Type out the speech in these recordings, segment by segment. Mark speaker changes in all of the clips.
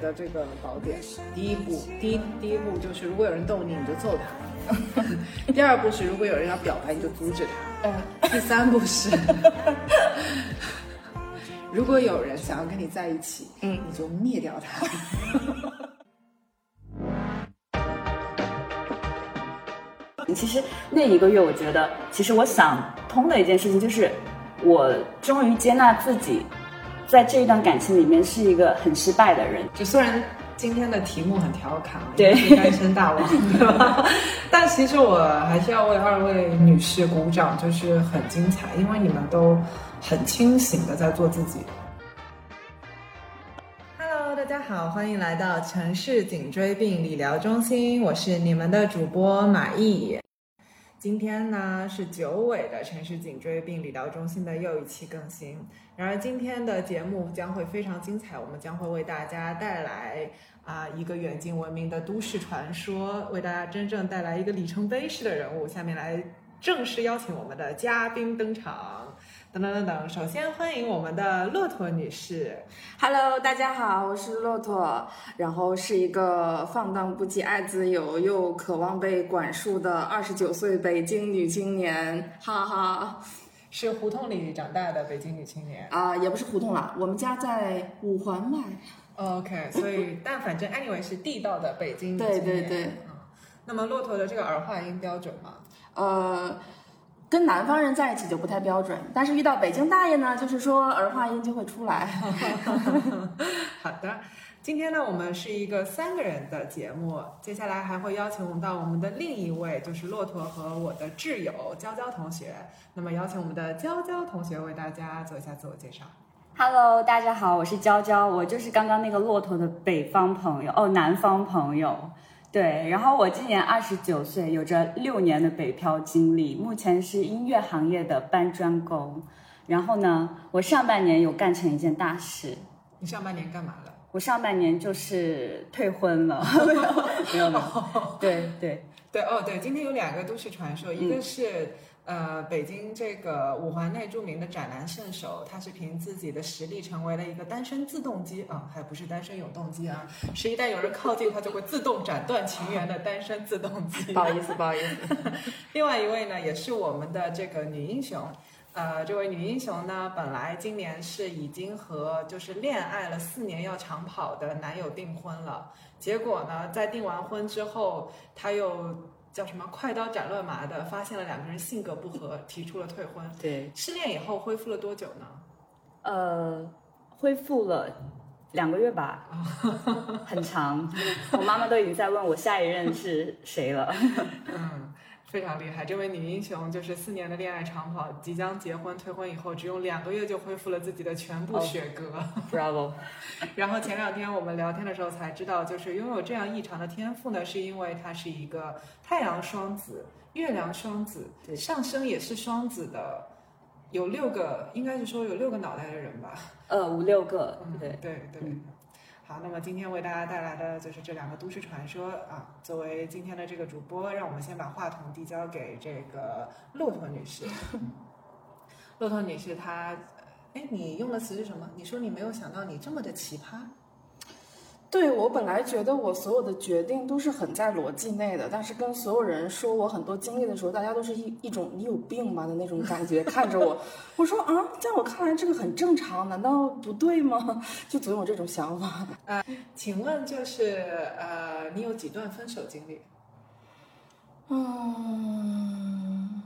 Speaker 1: 的这个宝典。第一步，第一第一步就是，如果有人逗你，你就揍他； 第二步是，如果有人要表白，你就阻止他；
Speaker 2: 嗯，
Speaker 1: 第三步是， 如果有人想要跟你在一起，
Speaker 2: 嗯
Speaker 1: 你就灭掉他。
Speaker 2: 其实那一个月，我觉得，其实我想通的一件事情就是，我终于接纳自己，在这一段感情里面是一个很失败的人。
Speaker 3: 就虽然今天的题目很调侃，
Speaker 2: 对
Speaker 3: 是单身大王，对吧？ 但其实我还是要为二位女士鼓掌，就是很精彩，因为你们都很清醒的在做自己。
Speaker 4: Hello，大家好，欢迎来到城市颈椎病理疗中心，我是你们的主播马毅。今天呢是九尾的城市颈椎病理疗中心的又一期更新。然而今天的节目将会非常精彩，我们将会为大家带来啊、一个远近闻名的都市传说，为大家真正带来一个里程碑式的人物。下面来正式邀请我们的嘉宾登场。等等等等，首先欢迎我们的骆驼女士。
Speaker 5: Hello，大家好，我是骆驼，然后是一个放荡不羁、爱自由又渴望被管束的二十九岁北京女青年，哈哈
Speaker 4: 是胡同里长大的北京女青年。
Speaker 5: 啊、也不是胡同啦，我们家在五环外，
Speaker 4: OK，所以但反正 anyway 是地道的北京女青
Speaker 5: 对
Speaker 4: 年。
Speaker 5: 对对
Speaker 4: 嗯。那么骆驼的这个儿化音标准吗？
Speaker 5: 呃，跟南方人在一起就不太标准，但是遇到北京大爷呢，就是说儿化音就会出来。
Speaker 4: 好的，今天呢我们是一个三个人的节目，接下来还会邀请我们到我们的另一位，就是骆驼和我的挚友娇娇同学。那么邀请我们的娇娇同学为大家做一下自我介绍。
Speaker 2: Hello，大家好，我是娇娇，我就是刚刚那个骆驼的北方朋友，哦，南方朋友。对，然后我今年二十九岁，有着六年的北漂经历，目前是音乐行业的搬砖工。然后呢，我上半年有干成一件大事，
Speaker 4: 你上半年干嘛了？
Speaker 2: 我上半年就是退 婚了，没有没有，对对，
Speaker 4: 对哦，对，今天有两个都市传说，一个是、呃北京这个五环内著名的斩男圣手，他是凭自己的实力成为了一个单身自动机啊，还不是单身永动机啊，是一旦有人靠近他就会自动斩断情缘的单身自动机。
Speaker 5: 不好意思，不好意思。
Speaker 4: 另外一位呢，也是我们的这个女英雄。呃，这位女英雄呢，本来今年是已经和就是恋爱了四年要长跑的男友订婚了，结果呢，在订完婚之后，她又叫什么快刀斩乱麻的发现了两个人性格不合，提出了退婚。
Speaker 2: 对，
Speaker 4: 失恋以后恢复了多久呢？
Speaker 2: 呃，恢复了两个 月吧，很长，我妈妈都已经在问我下一任是谁了。
Speaker 4: 嗯，非常厉害。这位女英雄就是四年的恋爱长跑，即将结婚退婚以后，只用两个月就恢复了自己的全部
Speaker 2: 哦
Speaker 4: 血格。
Speaker 2: Bravo，
Speaker 4: 然后前两天我们聊天的时候才知道，就是拥有这样异常的天赋呢，是因为他是一个太阳双子、月亮双子，上升也是双子的，有六个，应该是说有六个脑袋的人吧？
Speaker 2: 呃，五六个，
Speaker 4: 嗯，
Speaker 2: 对，
Speaker 4: 对对。好，那么今天为大家带来的就是这两个都市传说啊。作为今天的这个主播，让我们先把话筒递交给这个骆驼女士。骆驼女士，她，哎，你用的词是什么？你说你没有想到你这么的奇葩。
Speaker 5: 对我本来觉得我所有的决定都是很在逻辑内的，但是跟所有人说我很多经历的时候，大家都是一一种你有病吗的那种感觉看 着我。我说啊，在我看来这个很正常，难道不对吗？ 就总有这种想法。
Speaker 4: 请问就是呃，你有几段分手经历？
Speaker 5: 嗯，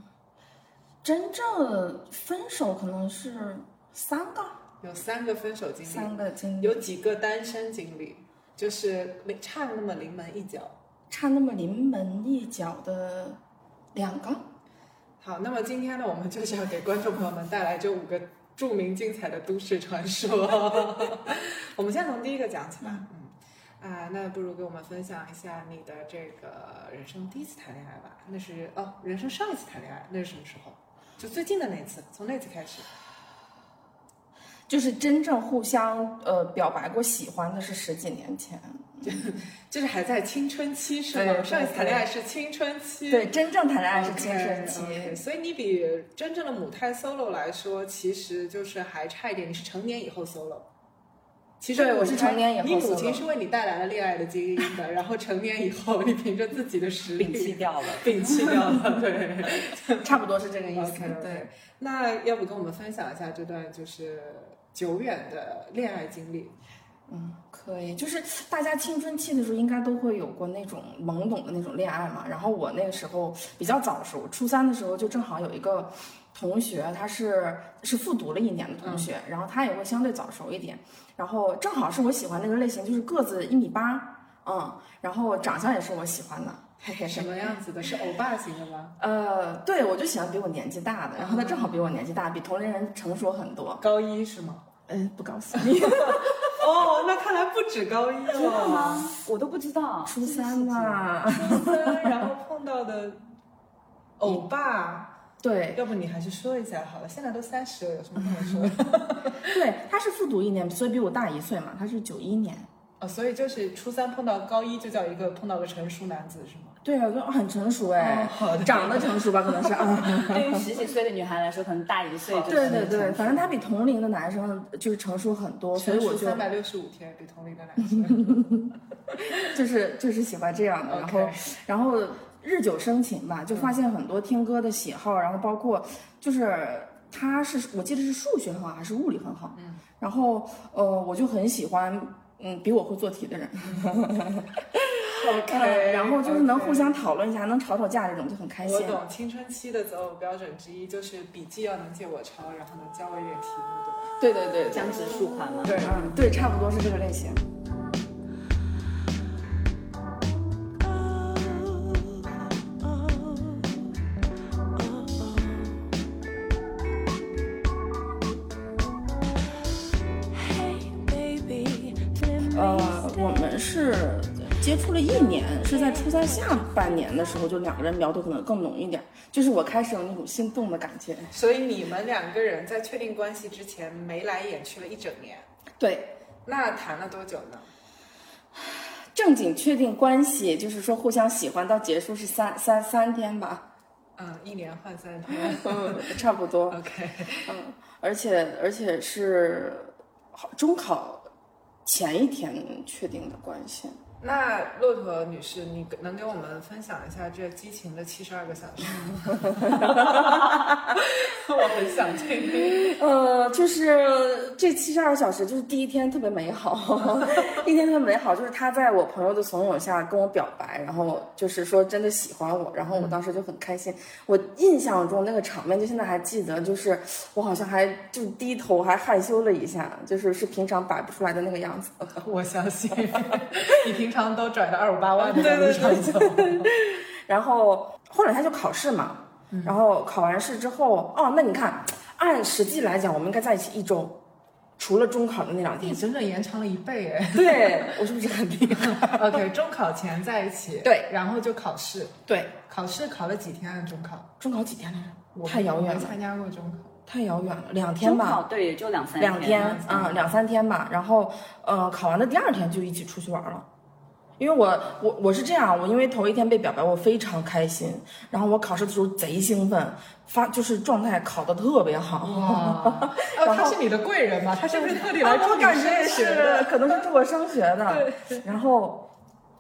Speaker 5: 真正分手可能是三个，
Speaker 4: 有三个分手经历，
Speaker 5: 三个经历，
Speaker 4: 有几个单身经历？就是临差那么临门一脚。
Speaker 5: 差那么临门一脚的两个。
Speaker 4: 好，那么今天呢，我们就是要给观众朋友们带来这五个著名精彩的都市传说。 我们先从第一个讲起吧。嗯，啊、那不如给我们分享一下你的这个人生第一次谈恋爱吧？那是哦，人生上一次谈恋爱那是什么时候？就最近的那次，从那次开始。
Speaker 5: 就是真正互相呃表白过喜欢的是十几年前，
Speaker 4: 就是还在青春期是
Speaker 5: 对
Speaker 4: 吗？
Speaker 5: 对
Speaker 4: 上一次谈恋爱是青春期，
Speaker 5: 对，真正谈恋爱
Speaker 4: OK，OK，
Speaker 5: 是青春期。
Speaker 4: 所以你比真正的母胎 solo 来说，其实就是还差一点，你是成年以后 solo。其实
Speaker 5: 对我是
Speaker 4: 应该
Speaker 5: 成年以后
Speaker 4: 你母
Speaker 5: 色
Speaker 4: 亲
Speaker 5: 盲
Speaker 4: 是为你带来了恋爱的基因的，然后成年以后，你凭着自己的实力
Speaker 2: 摒弃掉了。
Speaker 4: 摒弃掉了，对。
Speaker 5: 差不多 是这个意思。
Speaker 4: OK，对。那要不跟我们分享一下这段就是久远的恋爱经 历？
Speaker 5: 嗯，可以，就是大家青春期的时候应该都会有过那种懵懂的那种恋爱嘛。然后我那个时候比较早熟，初三的时候就正好有一个同学，他是是复读了一年的同学，然后他也会相对早熟一点。然后正好是我喜欢那个类型，就是个子一米八，嗯，然后长相也是我喜欢的，嘿 嘿嘿
Speaker 4: 什。么样子的？是欧巴型的 吗？
Speaker 5: 呃，对，我就喜欢比我年纪大的，然后他正好比我年纪大，比同龄人成熟很多。
Speaker 4: 高一是吗？
Speaker 5: 嗯，不告诉你，
Speaker 4: 哦，那看来不止高一哦
Speaker 2: 真 的？吗？我都不知道。
Speaker 5: 初啊三嘛，
Speaker 6: 然后碰到的欧巴，
Speaker 5: 对，
Speaker 6: 要不你还是说一下好了，现在都三十了，有什么不能 说的？
Speaker 5: 对，他是复读一年，所以比我大一岁嘛，他是九一年。
Speaker 6: 哦，所以就是初三碰到高一，就叫一个碰到个成熟男子是吗？
Speaker 5: 对啊，就很成熟哎，长得成熟吧，可能是 啊。
Speaker 2: 对于十几岁的女孩来说，可能大一岁就是
Speaker 5: 对对对，反正他比同龄的男生就是成熟很多，哦所以我就
Speaker 4: 三百六十五天，比同龄的男生。
Speaker 5: 就是就是喜欢这样 的，然后
Speaker 4: OK
Speaker 5: 然后日久生情吧，就发现很多听歌的喜好，然后包括就是他是我记得是数学很好还是物理很好，嗯，然后呃我就很喜欢嗯比我会做题的人，
Speaker 4: OK，
Speaker 5: 然后就是能
Speaker 4: OK
Speaker 5: 互相讨论一下，能吵吵架这种就很开
Speaker 4: 我
Speaker 5: 心。
Speaker 4: 懂，青春期的择偶标准之一就是笔记要能借我抄，然后能教我一点题目，对吧？
Speaker 5: 对对对对
Speaker 2: 江直树款嘛。
Speaker 5: 对，嗯，对，差不多是这个类型。呃，我们是接触了一年，是在初三下半年的时候，就两个人聊得可能更浓一点，就是我开始有那种心动的感觉。
Speaker 4: 所以你们两个人在确定关系之前眉来眼去了一整年，
Speaker 5: 对，
Speaker 4: 那谈了多久呢？
Speaker 5: 正经确定关系，就是说互相喜欢到结束是三三三天吧，
Speaker 4: 嗯，一年换三天。
Speaker 5: 嗯， 差不多，
Speaker 4: OK，
Speaker 5: 嗯，而且而且是好中考前一天确定的关系，
Speaker 4: 那骆驼女士，你能给我们分享一下这激情的七十二个小时 吗？我很想听。
Speaker 5: 呃，就是这七十二小时，就是第一天特别美好， 第一天特别美好，就是他在我朋友的怂恿下跟我表白，然后就是说真的喜欢我，然后我当时就很开心。我印象中那个场面，就现在还记得，就是我好像还就低头还害羞了一下，就是是平常摆不出来的那个样子。
Speaker 4: 我相信你平常都拽着二五八万的路上走。
Speaker 5: 然后后来他就考试嘛，然后考完试之后，哦，那你看，按实际来讲，我们应该在一起一周，除了中考的那两天
Speaker 4: 你。整整延长了一倍哎。
Speaker 5: 对，我是不是很厉害？
Speaker 4: OK，中考前在一起，
Speaker 5: 对，
Speaker 4: 然后就考试，
Speaker 5: 对，
Speaker 4: 考试考了几天啊？中考？
Speaker 5: 中考几天来
Speaker 4: 我
Speaker 5: 着？太遥远
Speaker 4: 没
Speaker 5: 了，
Speaker 4: 参加过中考。
Speaker 5: 太遥远了，两天
Speaker 2: 中
Speaker 5: 吧，
Speaker 2: 考对也就两三
Speaker 5: 两天
Speaker 2: 天
Speaker 5: 啊、两三天吧。然后，呃，考完的第二天就一起出去玩了。因为我我我是这样，我因为头一天被表白，我非常开心，然后我考试的时候贼兴奋，发就是状态考得特别好，
Speaker 4: 哇，哦，他是哦你的贵人吗？他是不是特地来
Speaker 5: 啊
Speaker 4: 祝
Speaker 5: 我
Speaker 4: 你
Speaker 5: 感觉
Speaker 4: 升
Speaker 5: 也
Speaker 4: 学
Speaker 5: 是
Speaker 4: 的？，
Speaker 5: 可能是助我升学的。然后，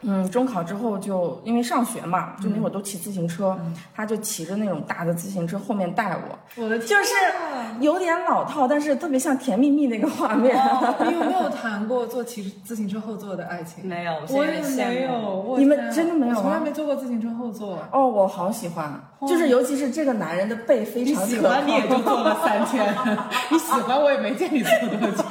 Speaker 5: 嗯，中考之后就因为上学嘛，就那会儿都骑自行车，他就骑着那种大的自行车后面带我，
Speaker 4: 我的天
Speaker 5: 就是
Speaker 4: 啊
Speaker 5: 有点老套，但是特别像《甜蜜蜜》那个画面。
Speaker 4: 哦 你有没有谈过坐骑自行车后座的爱情？
Speaker 2: 没有，我 现
Speaker 4: 我
Speaker 2: 在
Speaker 4: 也没
Speaker 2: 有点羡慕
Speaker 4: 有，我
Speaker 5: 你们
Speaker 4: 天啊
Speaker 5: 真的没有吗
Speaker 4: 我从来没坐过自行车后座。
Speaker 5: 哦，我好喜欢，就是尤其是这个男人的背非
Speaker 4: 哦你
Speaker 5: 常
Speaker 4: 喜
Speaker 5: 可靠
Speaker 4: 欢你也就坐了三天， 你喜欢我也没见你坐多久。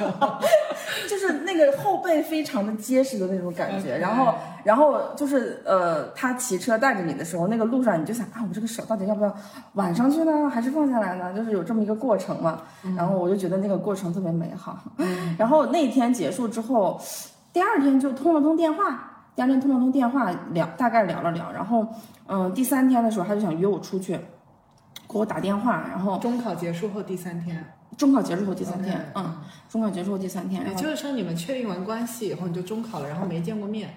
Speaker 5: 就是那个后背非常的结实的那种感觉，
Speaker 4: OK
Speaker 5: 然后，然后就是呃，他骑车带着你的时候，那个路上你就想啊，我这个手到底要不要挽上去呢，还是放下来呢？就是有这么一个过程嘛。然后我就觉得那个过程特别美好。 然后那天结束之后，第二天就通了通电话，第二天通了通电话聊，大概聊了聊。然后，嗯、第三天的时候他就想约我出去，给我打电话。然后
Speaker 4: 中考结束后第三天，
Speaker 5: 中考结束后第三天
Speaker 4: OK 哎
Speaker 5: 嗯，中考结束后第三天，然
Speaker 4: 也
Speaker 5: 后
Speaker 4: 就是说你们确定完关系以后你就中考了，然后没见过面。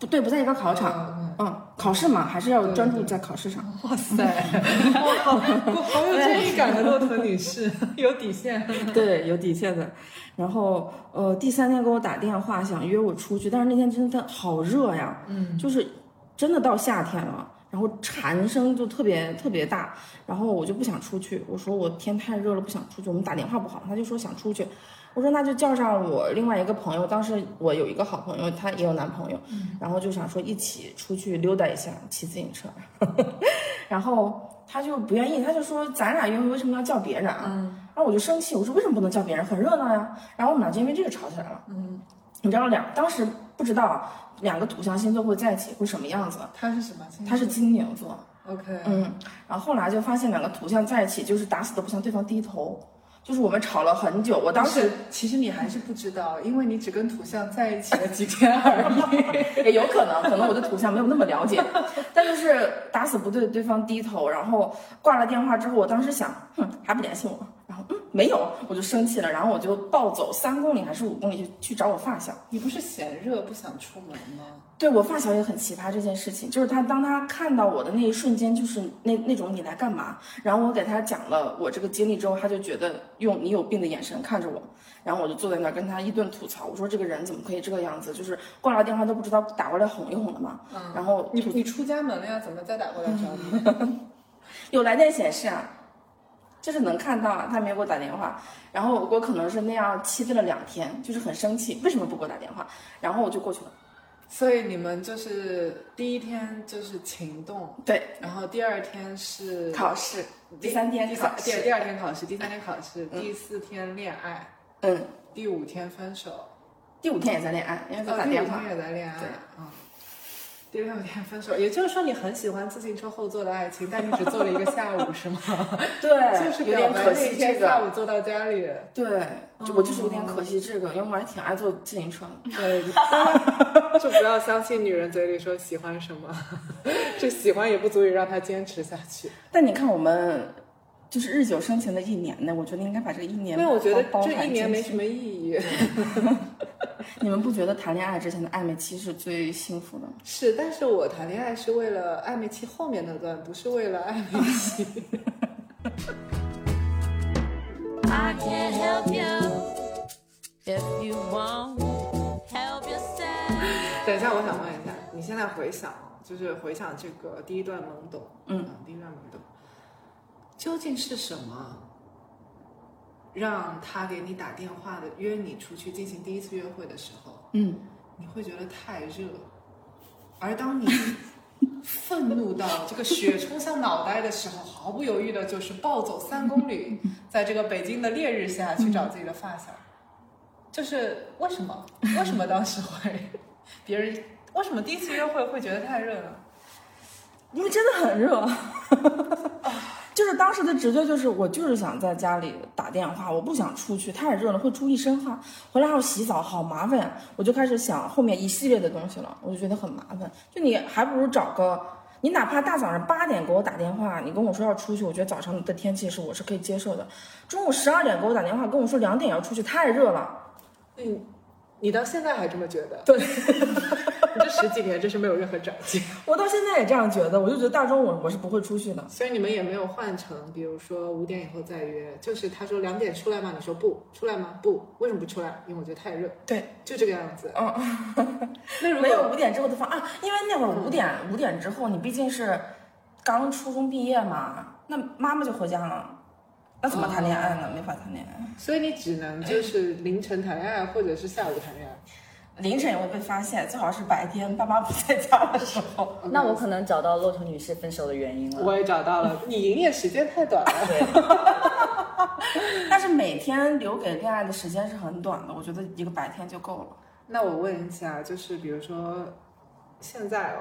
Speaker 5: 不对，不在一个 考场。嗯，考试嘛，还是要专注在考试上。
Speaker 4: 哇塞，
Speaker 5: 嗯
Speaker 4: 哇好好有正义感的骆驼女士，有底线。
Speaker 5: 对，有底线的。然后呃，第三天给我打电话，想约我出去，但是那天真的好热呀，嗯，就是真的到夏天了，然后蝉声就特别特别大，然后我就不想出去，我说我天太热了，不想出去，我们打电话不好，他就说想出去。我说那就叫上我另外一个朋友，当时我有一个好朋友，她也有男朋友，然后就想说一起出去溜达一下，骑自行车。 然后他就不愿意，他就说咱俩约会为什么要叫别人啊？然后我就生气，我说为什么不能叫别人？很热闹呀。然后我们俩就因为这个吵起来了。嗯，你知道两当时不知道两个土象星座会在一起会什么样子，
Speaker 4: 他是什么星座
Speaker 5: 他是金牛座，
Speaker 4: ？OK，
Speaker 5: 嗯，然后后来就发现两个图像在一起，就是打死都不向对方低头，就是我们吵了很久。我当
Speaker 4: 当
Speaker 5: 时
Speaker 4: 时其实你还是不知道，因为你只跟土象在一起了几天而已。
Speaker 5: 也有可能，可能我对图像没有那么了解，但就是打死不对对方低头。然后挂了电话之后，我当时想，哼，还不联系我，然后嗯，没有，我就生气了，然后我就暴走三公里还是五公里去去找我发小。
Speaker 4: 你不是嫌热不想出门吗？
Speaker 5: 对我发小也很奇葩这件事情，就是他当他看到我的那一瞬间，就是那那种你来干嘛？然后我给他讲了我这个经历之后，他就觉得用你有病的眼神看着我，然后我就坐在那儿跟他一顿吐槽，我说这个人怎么可以这个样子？就是挂了电话都不知道打过来哄一哄的嘛。然后
Speaker 4: 嗯你你出家门了呀，怎么再打过来找
Speaker 5: 嗯
Speaker 4: 你？
Speaker 5: 有来电显示啊，就是能看到啊，他没给我打电话。然后我可能是那样气愤了两天，就是很生气，为什么不给我打电话？然后我就过去了。
Speaker 4: 所以你们就是第一天就是情动，
Speaker 5: 对，
Speaker 4: 然后第二天是
Speaker 5: 考试第三天
Speaker 4: 第
Speaker 5: 考
Speaker 4: 三
Speaker 5: 试
Speaker 4: 对，第二天考试，第三天考试，第四天恋爱，
Speaker 5: 嗯，
Speaker 4: 第五天分手，
Speaker 5: 第五天也在恋爱，因为给我
Speaker 4: 哦
Speaker 5: 打
Speaker 4: 第
Speaker 5: 电
Speaker 4: 五
Speaker 5: 话
Speaker 4: 天。也在恋爱，
Speaker 5: 对
Speaker 4: 嗯。第六天分手，也就是说你很喜欢自行车后座的爱情，但你只坐了一个下午，是吗？
Speaker 5: 对
Speaker 4: 就是
Speaker 5: 有
Speaker 4: 表
Speaker 5: 点
Speaker 4: 白
Speaker 5: 可
Speaker 4: 那
Speaker 5: 惜这
Speaker 4: 天下
Speaker 5: 个。
Speaker 4: 午坐到家里，
Speaker 5: 对，就我就是有点可惜这个，因为我还挺爱坐自行车 的。
Speaker 4: 对， 就不要相信女人嘴里说喜欢什么， 这喜欢也不足以让她坚持下去。
Speaker 5: 但你看我们。就是日久生情的一年呢，我觉得应该把这个一年
Speaker 4: 因为我觉得
Speaker 5: 包
Speaker 4: 这一年没什。
Speaker 5: 包含进去
Speaker 4: 么意义。
Speaker 5: 你们不觉得谈恋爱之前的暧昧期是最幸福的吗？
Speaker 4: 是，但是我谈恋爱是为了暧昧期后面那段，不是为了暧昧期。
Speaker 7: I can't help you if you won't help yourself.
Speaker 4: 等一下，我想问一下，你现在回想，就是回想这个第一段懵懂，嗯，第一段懵懂，究竟是什么让他给你打电话的约你出去进行第一次约会的时候，
Speaker 5: 嗯，
Speaker 4: 你会觉得太热，而当你愤怒到这个血冲向脑袋的时候，毫不犹豫的就是暴走三公里，在这个北京的烈日下去找自己的发小，就是为什么？为什么当时会别人为什么第一次约会会觉得太热呢？
Speaker 5: 因为真的很热， 就是当时的直觉就是我就是想在家里打电话，我不想出去，太热了会出一身汗，回来还要洗澡，好麻烦呀。我就开始想后面一系列的东西了，我就觉得很麻烦。就你还不如找个，你哪怕大早上八点给我打电话，你跟我说要出去，我觉得早上的天气是我是可以接受的。中午十二点给我打电话跟我说两点要出去，太热了。
Speaker 4: 嗯，你到现在还这么觉得？对，你 这十几年真是没有任何长进，
Speaker 5: 我到现在也这样觉得，我就觉得大中午我是不会出去的。
Speaker 4: 所以你们也没有换成，比如说五点以后再约，就是他说两点出来吗？你说不出来吗？不，为什么不出来？因为我觉得太热，
Speaker 5: 对，
Speaker 4: 就这个样子。
Speaker 5: 那没有五嗯点之后的方啊，因为那会儿五点五、点之后，你毕竟是刚初中毕业嘛，那妈妈就回家了，那怎么谈恋爱呢？没法谈恋爱，
Speaker 4: 所以你只能就是凌晨谈恋爱，啊或者是下午谈恋爱。
Speaker 5: 凌晨也会被发现，最好是白天爸妈不在家的时 候。
Speaker 2: 那我可能找到骆驼女士分手的原因了。
Speaker 4: 我也找到了，你营业时间太短了。
Speaker 5: 但是每天留给恋爱的时间是很短的，我觉得一个白天就够了。
Speaker 4: 那我问一下，就是比如说现在哦，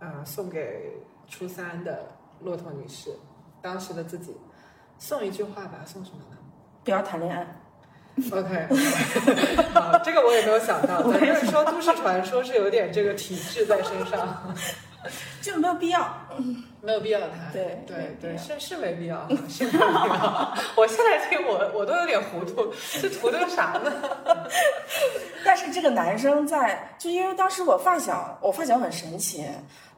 Speaker 4: 嗯、送给初三的骆驼女士，当时的自己，送一句话吧，送什么呢
Speaker 5: 不要谈恋爱，
Speaker 4: ？OK，好， 这个 我也没有想到，咱就是说都市传说是有点这个体质在身上。
Speaker 3: 就没有必要。
Speaker 4: 没有必要谈。
Speaker 3: 对
Speaker 4: 对对
Speaker 3: 对，，是是没必要，是没必要。我现在听我我都有点糊涂，这图的啥呢？
Speaker 5: 但是这个男生在，就因为当时我发小，我发小很神奇，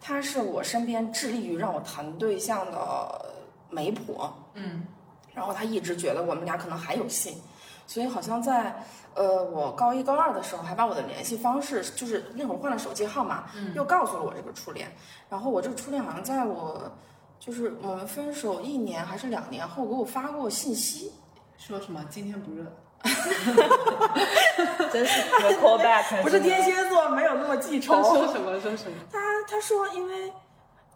Speaker 5: 她是我身边致力于让我谈对象的媒婆，嗯，然后她一直觉得我们俩可能还有戏，所以好像在呃我高一高二的时候还把我的联系方式，就是那会儿换了手机号码，又告诉了我这个初恋，然后我这个初恋好像在我就是我们分手一年还是两年后给我发过信息，
Speaker 4: 说什么今天不热？
Speaker 6: 真是
Speaker 2: call back
Speaker 5: 不是天蝎座没有那么记仇，
Speaker 4: 说什么说什么？
Speaker 5: 他他说因为，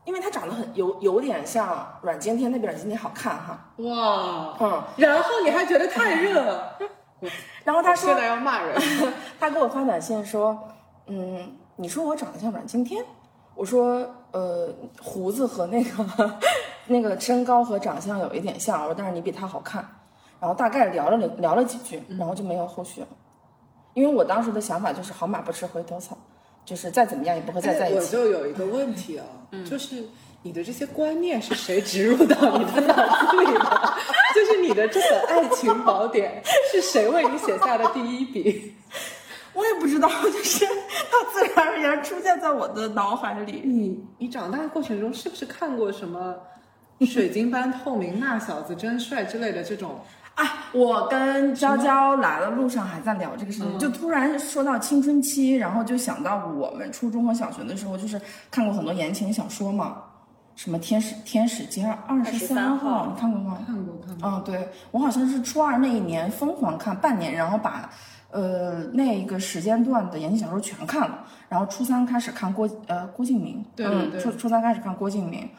Speaker 5: 因为他长得很有有点像阮经天，那比阮经天好看哈。
Speaker 4: 哇！
Speaker 5: 嗯，
Speaker 4: 然后你还觉得太热 了？
Speaker 5: 然后他
Speaker 4: 现
Speaker 5: 说
Speaker 4: 在要骂人。
Speaker 5: 他给我发短信说，嗯，你说我长得像阮经天？我说呃，胡子和那个 那个身高和长相有一点像，我说但是你比他好看。然后大概聊了聊了几句，然后就没有后续了。因为我当时的想法就是好马不吃回头草，就是再怎么样也不会再在一
Speaker 4: 我
Speaker 5: 起。嗯
Speaker 4: 就哎有一个问题啊，就是你的这些观念是谁植入到你的 脑子里的？就是你的这本爱情宝典是谁为你写下的第一笔？
Speaker 5: 我也不知道，就是 它自然而然出现在我的脑海里。
Speaker 4: 你你长大过程中是不是看过什么《水晶般透明》《那小子真帅》之类的这种？
Speaker 5: 啊，我跟娇娇来的路上还在聊这个事情，就突然说到青春期，然后就想到我们初中和小学的时候，就是看过很多言情小说嘛，什么天使天使街二十三
Speaker 2: 23号
Speaker 5: 号，你看过吗？
Speaker 4: 看过看过。
Speaker 5: 嗯，对我好像是初二那一年疯狂看半年，然后把呃那个时间段的言情小说全看了，然后初三开始看郭呃郭敬明，
Speaker 4: 对对
Speaker 5: 嗯、
Speaker 4: 对
Speaker 5: 初初三开始看郭敬明。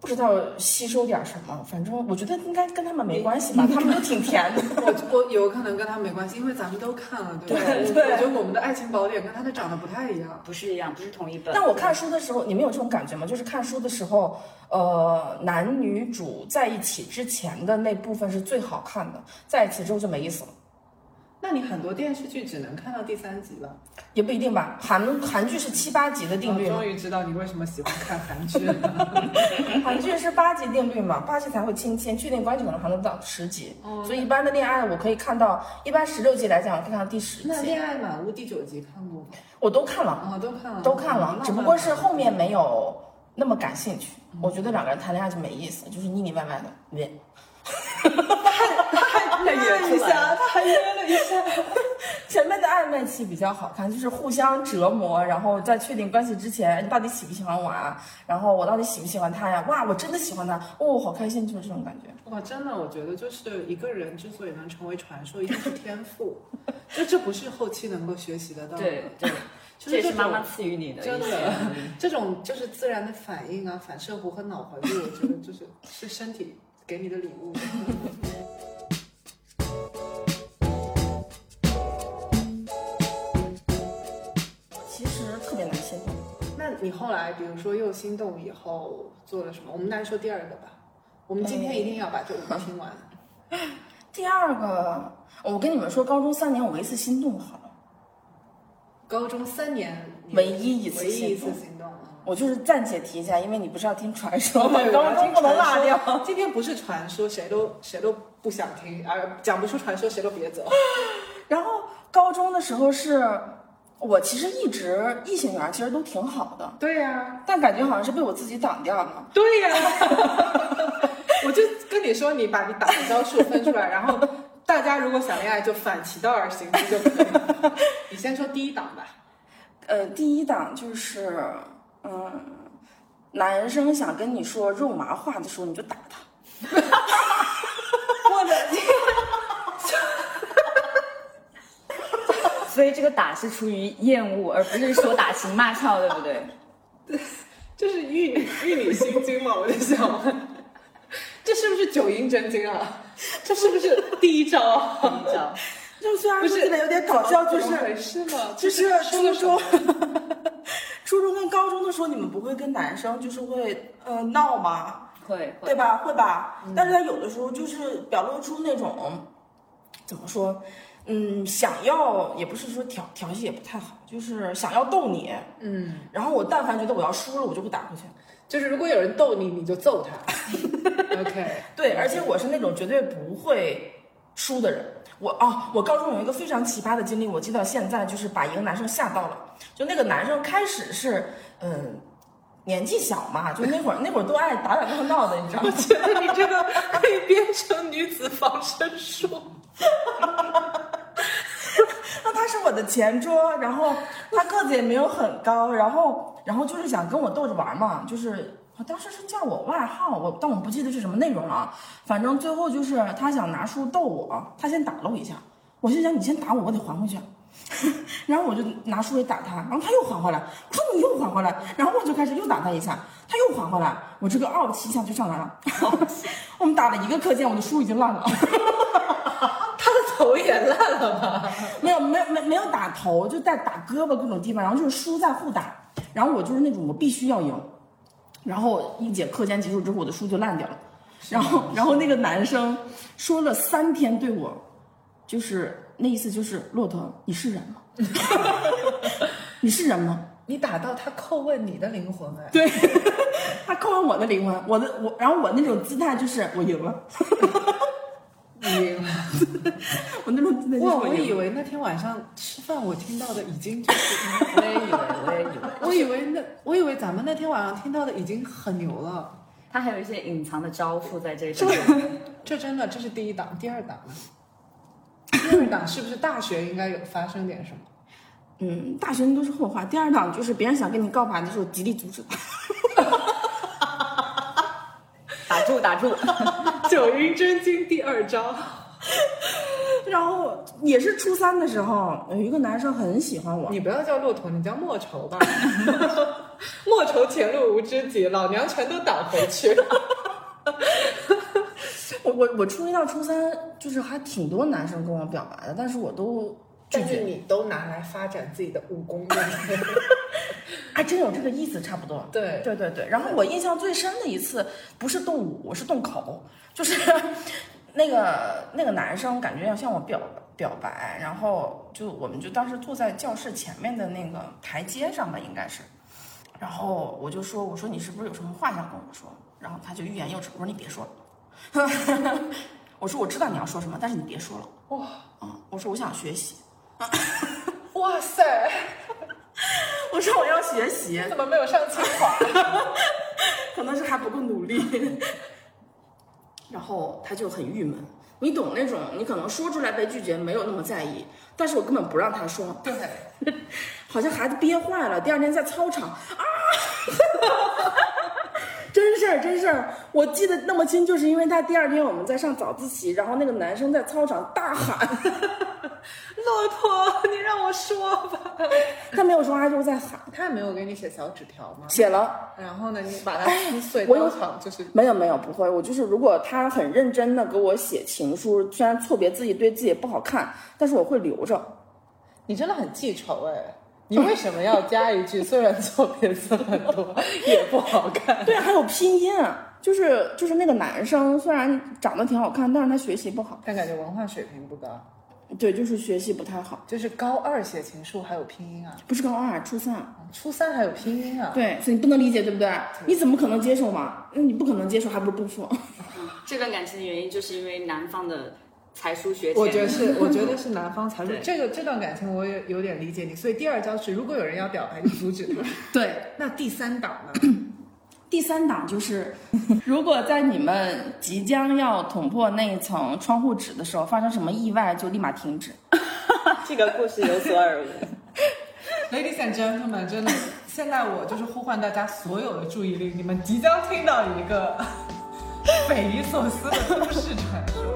Speaker 5: 不知道吸收点什么，反正我觉得应该跟他们没关系吧，他们都挺甜的。
Speaker 4: 我我有可能跟他没关系，因为咱们都看了，对吧？
Speaker 5: 对
Speaker 4: 我我觉得我们的爱情宝典跟他的长得不太一样。
Speaker 2: 不是一样，不是同一本。
Speaker 5: 但我看书的时候，你们有这种感觉吗？就是看书的时候，呃，男女主在一起之前的那部分是最好看的，在一起之后就没意思了，
Speaker 4: 那你很多电视剧只能看到第三集了。
Speaker 5: 也不一定吧。韩韩剧是七八集的定
Speaker 4: 我
Speaker 5: 律嘛
Speaker 4: 终于知道你为什么喜欢看韩剧了。
Speaker 5: 韩剧是八级定律嘛，八级才会亲亲，确定关系可能还能到十级，
Speaker 4: 哦
Speaker 5: 所以一般的恋爱我可以看到，一般十六集来讲，我可以看到第十
Speaker 4: 那《
Speaker 5: 集，
Speaker 4: 恋爱满屋》第九集看过吗？
Speaker 5: 我都看了，
Speaker 4: 啊，都看了，
Speaker 5: 都看了
Speaker 4: 嗯，
Speaker 5: 只不过是后面没有那么感兴趣。我觉得两个人谈恋爱就没意思，就是腻腻歪歪的。对，
Speaker 2: 看了一下，
Speaker 5: 前面的暧昧期比较好看，就是互相折磨，然后在确定关系之前，你到底喜不喜欢我啊？然后我到底喜不喜欢他呀？哇，我真的喜欢他，哦，好开心，就是这种感觉。
Speaker 4: 哇，真的，我觉得就是一个人之所以能成为传说，一定是天赋， 就这不是后期能够学习得到的。
Speaker 2: 对 对，
Speaker 4: 就
Speaker 2: 这也
Speaker 4: 这
Speaker 2: 是妈妈
Speaker 4: 种
Speaker 2: 赐予你的
Speaker 4: 真
Speaker 2: 一
Speaker 4: 的
Speaker 2: 些。
Speaker 4: 这种就是自然的反应啊，反射弧和脑回路，我觉得就是 是身体给你的礼物。
Speaker 5: 其实特别难心动。
Speaker 4: 那你后来，比如说又心动以后做了什么？我们来说第二个吧。我们今天一定要把这五个听完。
Speaker 5: 哦第二个，我跟你们说，高中三年我一次心动好了，
Speaker 4: 高中三年，你
Speaker 5: 唯一一次
Speaker 4: 唯一一
Speaker 5: 心
Speaker 4: 次
Speaker 5: 动
Speaker 4: 心动啊。
Speaker 5: 我就是暂且提一下，因为你不是要听传说吗
Speaker 4: 对，？
Speaker 5: 高中不能落掉。。
Speaker 4: 今天不是传说，谁都谁都不想听，而讲不出传说，谁都别走。
Speaker 5: 然后高中的时候是，我其实一直异性缘其实都挺好的，
Speaker 4: 对呀、
Speaker 5: 但感觉好像是被我自己挡掉了。
Speaker 4: 对呀、 我就跟你说，你把你打的招数分出来，然后大家如果想恋爱，就反其道而行之就可以了。你先说第一档吧。
Speaker 5: 呃，第一档就是，嗯，男生想跟你说肉麻话的时候，你就打他。
Speaker 2: 我的天！所以这个打是出于厌恶，而不是说打情骂俏，对不对？
Speaker 4: 这是玉女玉女心经嘛？我在想， 这是不是九阴真经啊？这是不是第一招啊？
Speaker 2: 你知道，
Speaker 5: 就虽然
Speaker 4: 不
Speaker 5: 说
Speaker 4: 是
Speaker 5: 这个有点搞笑，就
Speaker 4: 怎么
Speaker 5: 是
Speaker 4: 回事嘛？
Speaker 5: 就是
Speaker 4: 说了
Speaker 5: 初中，初中跟高中的时候，你们不会跟男生就是会呃闹吗？
Speaker 2: 会会
Speaker 5: 对嗯吧？会吧？但是他有的时候就是表露出那种怎么说，嗯，想要也不是说调调戏也不太好，就是想要逗你，嗯，然后我但凡觉得我要输了，我就会打回去。
Speaker 4: 就是如果有人逗你，你就揍 他。OK，
Speaker 5: 对，而且我是那种绝对不会输的人。我啊，我高中有一个非常奇葩的经历，我记到现在，就是把一个男生吓到了。就那个男生开始是，嗯，年纪小嘛，就那会儿那会儿都爱打打闹闹的，你知道吗？
Speaker 4: 那你这个可以变成女子防身术。
Speaker 5: 那他是我的前桌，然后他个子也没有很高，然后然后就是想跟我逗着玩嘛，就是我当时是叫我外号，我但我不记得是什么内容了啊，反正最后就是他想拿书逗我，他先打了我一下，我心想你先打我，我得还回去。 然后我就拿书也打他，然后他又还回来，我说你又还回来，然后我就开始又打他一下，他又还回来，我这个傲气一下就上来了。 我们打了一个课间，我的书已经烂了。
Speaker 4: 他的头也烂了吧？
Speaker 5: 没有，没有，没没有打头，就在打胳膊各种地方，然后就是输在互打，然后我就是那种我必须要赢，然后一节课间结束之后，我的书就烂掉了，然后然后那个男生说了三天对我，就是那意思就是骆驼，你是人吗？ 你是人吗？
Speaker 4: 你打到他叩问你的灵魂哎，
Speaker 5: 对，他扣完我的灵魂，我的我，然后我那种姿态就是我赢了，
Speaker 4: 你
Speaker 5: 我那种姿态就是
Speaker 4: 哇！
Speaker 5: 我
Speaker 4: 我
Speaker 5: 赢
Speaker 4: 以
Speaker 5: 了。
Speaker 4: 为那天晚上吃饭我听到的已经 就是，我也以为，我也以为，我以为那我以为咱们那天晚上听到的已经很牛了。
Speaker 2: 他还有一些隐藏的招数在这里。
Speaker 4: 这真的，这是第一档，第二档呢？第二档是不是大学应该有发生点什么？
Speaker 5: 嗯，大学生都是后话。第二档就是别人想跟你告白的时候，极力阻止。
Speaker 2: 打住打住，
Speaker 4: 九阴真经第二章，
Speaker 5: 然后也是初三的时候，有一个男生很喜欢我，
Speaker 4: 你不要叫骆驼，你叫莫愁吧。 莫愁前路无知己，老娘全都挡回 去。
Speaker 5: 我我我初一到初三就是还挺多男生跟我表白的，但是我都拒
Speaker 4: 但是
Speaker 5: 绝。
Speaker 4: 你都拿来发展自己的武 功了。
Speaker 5: 还真有这个意思，差不多。
Speaker 4: 对
Speaker 5: 对对对。然后我印象最深的一次不是动武，我是动口，就是那个那个男生感觉要向我表表白，然后就我们就当时坐在教室前面的那个台阶上吧，应该是。然后我就说，我说你是不是有什么话想跟我说？然后他就欲言又止，我说你别说了。 我说我知道你要说什么，但是你别说了。哇，嗯，我说我想学习，
Speaker 4: 哇塞，
Speaker 5: 我说我要学习，
Speaker 4: 怎么没有上清华？
Speaker 5: 可能是还不够努力。 然后他就很郁闷，你懂那种，你可能说出来被拒绝没有那么在意，但是我根本不让他说，对，好像孩子憋坏了。第二天在操场啊， 真事儿真事儿，我记得那么清，就是因为他第二天我们在上早自习，然后那个男生在操场大喊，
Speaker 4: 骆驼，你让我说吧。
Speaker 5: 他没有说，他就是在喊，
Speaker 4: 他也没有给你写小纸条吗？哎
Speaker 5: 写了。
Speaker 4: 然后呢，你把它撕碎
Speaker 5: 我有
Speaker 4: 当场就是
Speaker 5: 没有没有不会，我就是如果他很认真的给我写情书，虽然错别字，对自己也不好看，但是我会留着。
Speaker 4: 你真的很记仇哎！你为什么要加一句？ 虽然错别字很多，也不好看。
Speaker 5: 对，啊还有拼音，啊就是就是那个男生虽然长得挺好看，但是他学习不好，
Speaker 4: 但感觉文化水平不高，
Speaker 5: 对，就是学习不太好，
Speaker 4: 就是高二写情书还有拼音啊，
Speaker 5: 不是高二，初三。
Speaker 4: 初三还有拼音啊。
Speaker 5: 对，所以你不能理解，对不对？你怎么可能接受嘛？那你不可能接受，还不如不说。
Speaker 2: 这段感情的原因就是因为男方的才疏学浅。
Speaker 4: 我觉得是，我觉得是男方才是
Speaker 2: 对
Speaker 4: 这个这段感情，我也有点理解你。所以第二招是，如果有人要表白，你阻止他。
Speaker 5: 对，
Speaker 4: 那第三档呢？
Speaker 5: 第三档就是， 如果在你们即将要捅破那一层窗户纸的时候发生什么意外，就立马停止。
Speaker 2: 这个故事有所耳 闻。
Speaker 4: Ladies and gentlemen，真的，现在我就是呼唤大家所有的注意力，你们即将听到一个 匪夷所思的都市传说。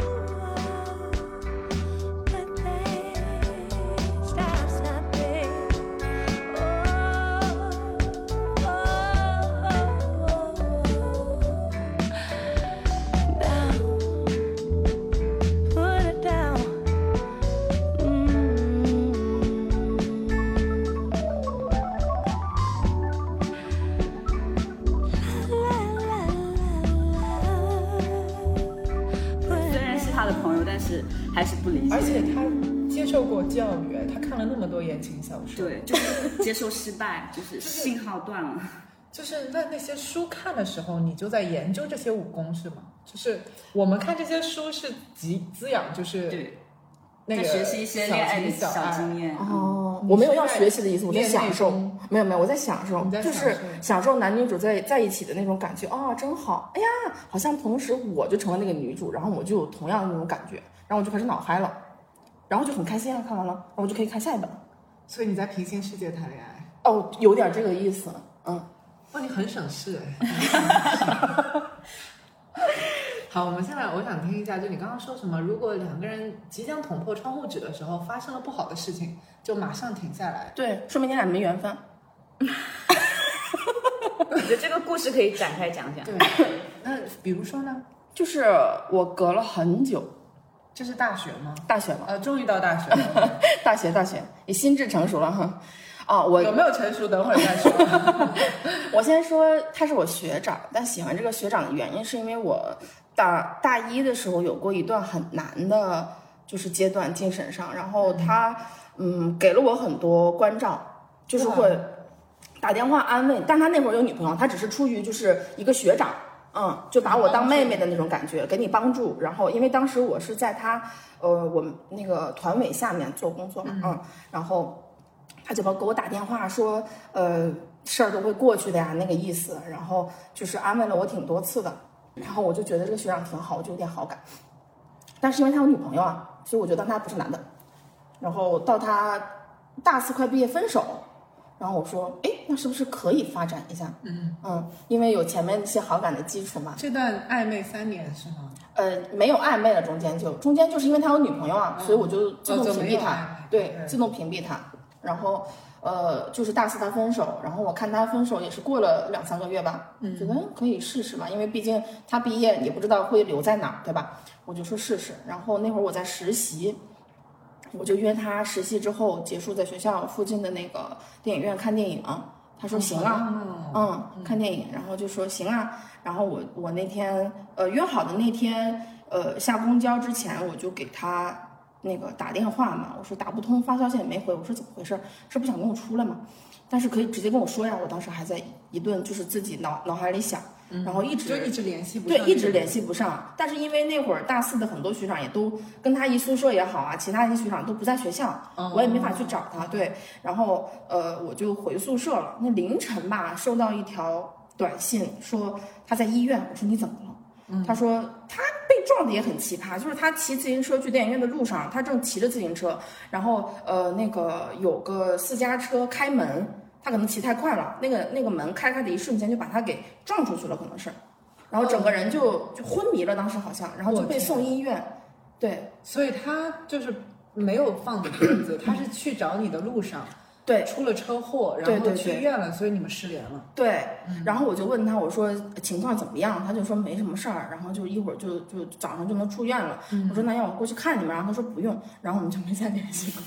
Speaker 8: Put it
Speaker 2: 还是不理解。
Speaker 4: 而且他接受过教育，他看了那么多言情小说，
Speaker 2: 对，就是接受失败，就是信号断了。
Speaker 4: 就是那那些书看的时候，你就在研究这些武功是吗？就是我们看这些书是滋滋养，就是
Speaker 2: 对，
Speaker 4: 那个
Speaker 2: 在学习一些恋爱的
Speaker 4: 小
Speaker 2: 小
Speaker 4: 爱
Speaker 2: 经验。
Speaker 5: 哦，
Speaker 4: 你
Speaker 5: 我没有
Speaker 4: 是
Speaker 5: 要
Speaker 4: 在
Speaker 5: 学习的意思，我在
Speaker 4: 练内
Speaker 5: 享受
Speaker 4: 功。
Speaker 5: 没有没有，我在享受
Speaker 4: 你，在
Speaker 5: 就
Speaker 4: 享
Speaker 5: 是
Speaker 4: 受
Speaker 5: 享受男女主在在一起的那种感觉啊、真好！哎呀，好像同时我就成了那个女主，然后我就有同样的那种感觉，然后我就开始脑嗨了，然后就很开心啊，看完了，然后我就可以看下一本了。
Speaker 4: 所以你在平行世界谈恋爱，
Speaker 5: 哦，有点这个意思，嗯，
Speaker 4: 哇，你很省事哎。 好，我们现在我想听一下，就你刚刚说什么？如果两个人即将捅破窗户纸的时候发生了不好的事情，就马上停下来。
Speaker 5: 对，说明你俩没缘分。
Speaker 2: 我觉得这个故事可以展开讲讲。
Speaker 4: 对，那比如说呢？
Speaker 5: 就是我隔了很久，
Speaker 4: 这是大学吗？
Speaker 5: 大学嘛，
Speaker 4: 呃，终于到大学了，
Speaker 5: 大学大学，你心智成熟了哈。啊，我
Speaker 4: 有没有成熟？等会儿再说。
Speaker 5: 我先说他是我学长，但喜欢这个学长的原因是因为我大大一的时候有过一段很难的，就是阶段精神上，然后他嗯给了我很多关照，就是会打电话安慰，但他那会儿有女朋友，他只是出于就是一个学长。嗯，就把我当妹妹的那种感觉，给你帮助。然后，因为当时我是在他，呃，我们那个团委下面做工作嘛，嗯，然后他就给我给我打电话说，呃，事儿都会过去的呀，那个意思。然后就是安慰了我挺多次的，然后我就觉得这个学长挺好，我就有点好感。但是因为他有女朋友啊，所以我就当他不是男的。然后到他大四快毕业分手，然后我说，哎，那是不是可以发展一下？嗯因为有前面一些好感的基础嘛。
Speaker 4: 这段暧昧三年是吗？
Speaker 5: 呃，没有暧昧了，中间就中间就是因为他有女朋友啊，所以我就自动
Speaker 4: 嗯哦就
Speaker 5: 屏
Speaker 4: 没
Speaker 5: 蔽
Speaker 4: 有暧
Speaker 5: 他
Speaker 4: 昧，
Speaker 5: 对，
Speaker 4: 嗯
Speaker 5: 自动屏蔽他。然后呃，就是大四他分手，然后我看他分手也是过了两三个月吧，觉得嗯可以试试嘛，因为毕竟他毕业也不知道会留在哪儿，对吧？我就说试试。然后那会儿我在实习，我就约他实习之后结束，在学校附近的那个电影院看电影。他
Speaker 4: 哦
Speaker 5: 说行啊，嗯，看电影，然后就说行啊，然后我我那天呃约好的那天呃下公交之前，我就给他那个打电话嘛，我说打不通，发消息也没回，我说怎么回事？是不想跟我出来吗？但是可以直接跟我说呀，我当时还在一顿就是自己脑脑海里想，然后一直
Speaker 4: 就一直联系不
Speaker 5: 对，
Speaker 4: 上
Speaker 5: 一直联系不上。但是因为那会儿大四的很多学长也都跟他一宿舍也好啊，其他一些学长都不在学校，
Speaker 4: 哦
Speaker 5: 我也没法去找他。对，然后呃，我就回宿舍了。那凌晨吧，收到一条短信说他在医院，我说你怎么了？他说他被撞的也很奇葩，就是他骑自行车去电影院的路上，他正骑着自行车，然后呃那个有个私家车开门，他可能骑太快了，那个那个门开开的一瞬间就把他给撞出去了，可能是，然后整个人就就昏迷了，当时好像，然后就被送医院，对
Speaker 4: 所以他就是没有放你鸽 子，他是去找你的路上
Speaker 5: 对
Speaker 4: 出了车祸，
Speaker 5: 对
Speaker 4: 然
Speaker 5: 对
Speaker 4: 后
Speaker 5: 对
Speaker 4: 去医院了，所以你们失联 了。
Speaker 5: 对，然后我就问他，我说情况怎么样？他就说没什么事儿，然后就一会儿就就早上就能出院了。我说那要我过去看你们，然后他说不用，然后我们就没再联系过。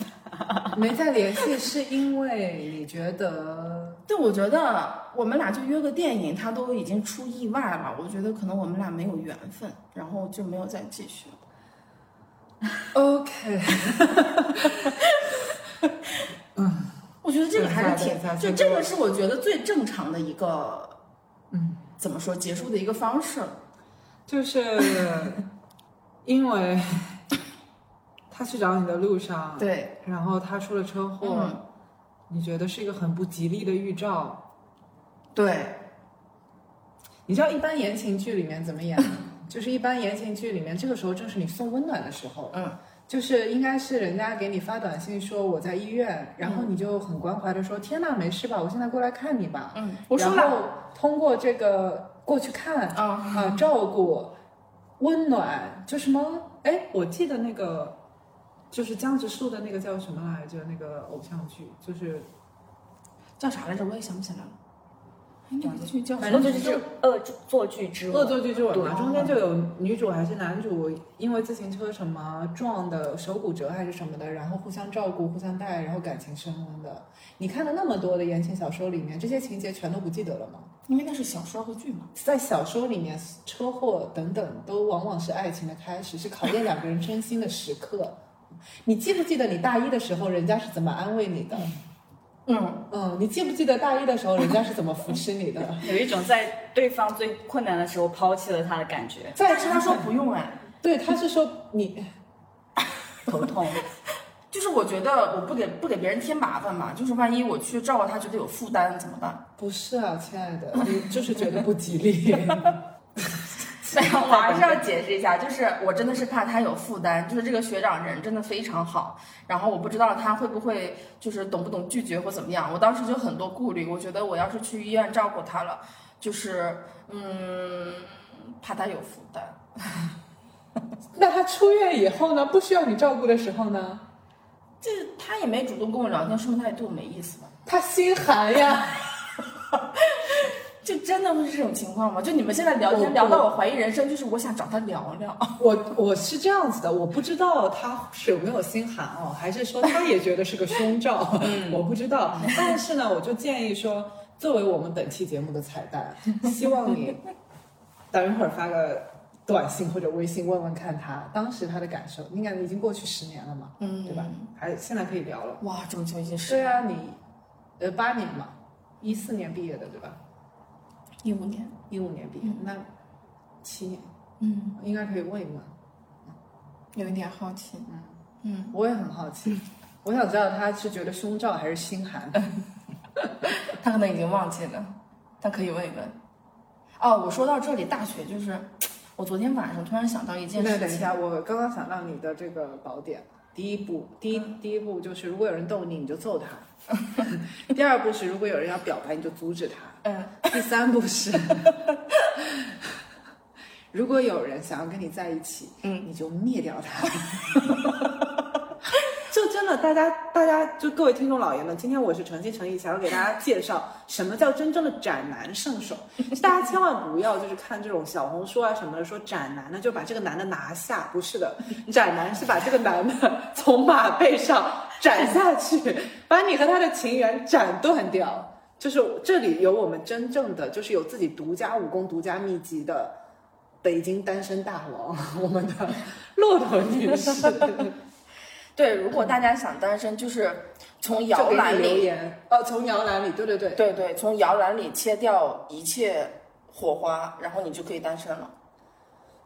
Speaker 4: 没再联系是因为你觉 得
Speaker 5: 对，我觉得我们俩就约个电影，他都已经出意外了，我觉得可能我们俩没有缘分，然后就没有再继续。
Speaker 4: OK，
Speaker 5: 我觉得这个还是
Speaker 4: 对
Speaker 5: 挺
Speaker 4: 对对，
Speaker 5: 就
Speaker 4: 对
Speaker 5: 这个是我觉得最正常的一个，嗯，怎么说结束的一个方式了。
Speaker 4: 就是因 为他去找你的路上，，
Speaker 5: 对，
Speaker 4: 然后他出了车祸，
Speaker 5: 嗯
Speaker 4: 你觉得是一个很不吉利的预兆。
Speaker 5: 对，
Speaker 4: 你知道一般言情剧里面怎 么演吗？就是一般言情剧里面，这个时候正是你送温暖的时候，
Speaker 5: 嗯，
Speaker 4: 就是应该是人家给你发短信说我在医院，然
Speaker 5: 嗯
Speaker 4: 后你就很关怀的说、天呐，没事吧，我现在过来看你吧，
Speaker 5: 嗯，我
Speaker 4: 我
Speaker 5: 说
Speaker 4: 说
Speaker 5: 了，
Speaker 4: 了，通过这个过去看啊、
Speaker 5: 啊，
Speaker 4: 照顾、温暖，就什么哎，我记得那个就是江直树的那个叫什么来着？那个偶像剧就是
Speaker 5: 叫啥来着？我也想不起来了。哎，那个剧叫什
Speaker 4: 反
Speaker 5: 么
Speaker 4: 正？
Speaker 2: 就是这种恶作剧之
Speaker 4: 恶
Speaker 2: 吻，
Speaker 4: 作剧之吻嘛，
Speaker 2: 对
Speaker 4: 中间就有女主还是男主，因为自行车什么撞的手骨折还是什么的，然后互相照顾、互相带，然后感情升温的。你看了那么多的言情小说里面，这些情节全都不记得了吗？
Speaker 5: 因为那是小说和剧嘛。
Speaker 4: 在小说里面，车祸等等都往往是爱情的开始，是考验两个人真心的时刻。你记不记得你大一的时候，人家是怎么安慰你的？
Speaker 5: 嗯，
Speaker 4: 嗯，你记不记得大一的时候，人家是怎么扶持你的？
Speaker 2: 有一种在对方最困难的时候抛弃了他的 感觉，
Speaker 5: 但是他说不用哎，
Speaker 4: 对，他是说你，
Speaker 2: 头痛。
Speaker 5: 就是我觉得我不给不给别人添麻烦嘛，就是万一我去照顾他觉得有负担怎么办？
Speaker 4: 不是啊，亲爱的，你就是觉得不吉利。
Speaker 5: 没有，我还是要解释一下，就是我真的是怕他有负担，就是这个学长人真的非常好，然后我不知道他会不会就是懂不懂拒绝或怎么样，我当时就很多顾虑，我觉得我要是去医院照顾他了，就是嗯，怕他有负担。
Speaker 4: 那他出院以后呢？不需要你照顾的时候呢？
Speaker 5: 这他也没主动跟我聊天，说明他也对我没意思吧？
Speaker 4: 他心寒呀。
Speaker 5: 就真的会是这种情况吗？就你们现在聊
Speaker 4: 我
Speaker 5: 天聊到我怀疑人生，就是我想找他聊聊。哦
Speaker 4: 我我是这样子的，我不知道他是有没有心寒哦，还是说他也觉得是个胸罩，我不知道。但是呢，我就建议说，作为我们本期节目的彩蛋，希望你等一会儿发个短信或者微信问问看他当时他的感受。你看，已经过去十年了嘛，
Speaker 5: 嗯
Speaker 4: 对吧？还现在可以聊了。
Speaker 5: 哇，这么久已经是
Speaker 4: 对啊，你呃八年嘛，一四年毕业的对吧？
Speaker 5: 一五年，
Speaker 4: 一五年毕业，那七年
Speaker 5: 嗯，
Speaker 4: 应该可以问一问。
Speaker 5: 有一点好奇，嗯
Speaker 4: 我也很好 奇，我想知道他是觉得胸罩还是心寒。
Speaker 5: 嗯，他可能已经忘记了，但可以问一问。哦，我说到这里，大学就是，我昨天晚上突然想 到一件
Speaker 4: 那
Speaker 5: 事
Speaker 4: 等一
Speaker 5: 情，
Speaker 4: 下，我刚刚想到你的这个宝典，第一步，第一
Speaker 5: 嗯
Speaker 4: 第一步就是如果有人逗你，你 就揍他； 第二步是如果有人要表白，你就阻止他；
Speaker 5: 嗯，
Speaker 4: 第三 步是，如果有人想要跟你在一起，
Speaker 5: 嗯
Speaker 4: 你就灭掉他。
Speaker 9: 就真的，大家大家就各位听众老爷们，今天我是诚心诚意想要给大家介绍什么叫真正的斩男圣手，大家千万不要就是看这种小红书啊什么的说斩男的就把这个男的拿下，不是的，斩男是把这个男的从马背上斩下去，把你和他的情缘斩断掉。就是这里有我们真正的，就是有自己独家武功、独家秘籍的北京单身大王，我们的骆驼女士，
Speaker 5: 对，如果大家想单身，就是从摇
Speaker 4: 就
Speaker 5: 篮
Speaker 4: 给你留
Speaker 5: 里，
Speaker 4: 言，呃，从摇篮里，对对对，
Speaker 5: 对对，从摇篮里切掉一切火花，然后你就可以单身了。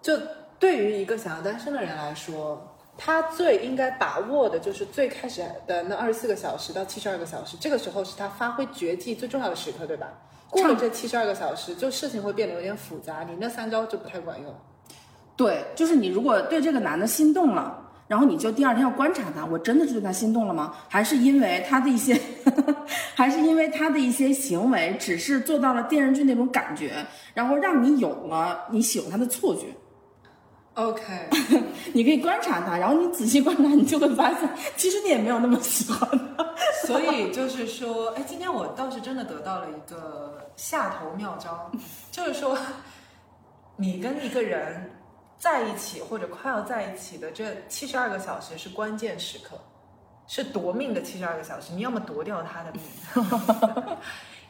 Speaker 4: 就对于一个想要单身的人来说，他最应该把握的就是最开始的那二十四个小时到七十二个小时，这个时候是他发挥绝技最重要的时刻，对吧？过了这七十二个小时，就事情会变得有点复杂，你那三招就不太管用。
Speaker 5: 对，就是你如果对这个男的心动了，然后你就第二天要观察他，我真的是对他心动了吗？还是因为他的一些， 还是因为他的一些行为，只是做到了电视剧那种感觉，然后让你有了你喜欢他的错觉。
Speaker 4: OK，
Speaker 5: 你可以观察他，然后你仔细观察，你就会发现，其实你也没有那么喜欢他。
Speaker 9: 所以就是说，哎，今天我倒是真的得到了一个下头妙 招，就是说，你跟一个人在一起或者快要在一起的这七十二个小时是关键时刻，是夺命的七十二个小时，你要么夺掉他的 命，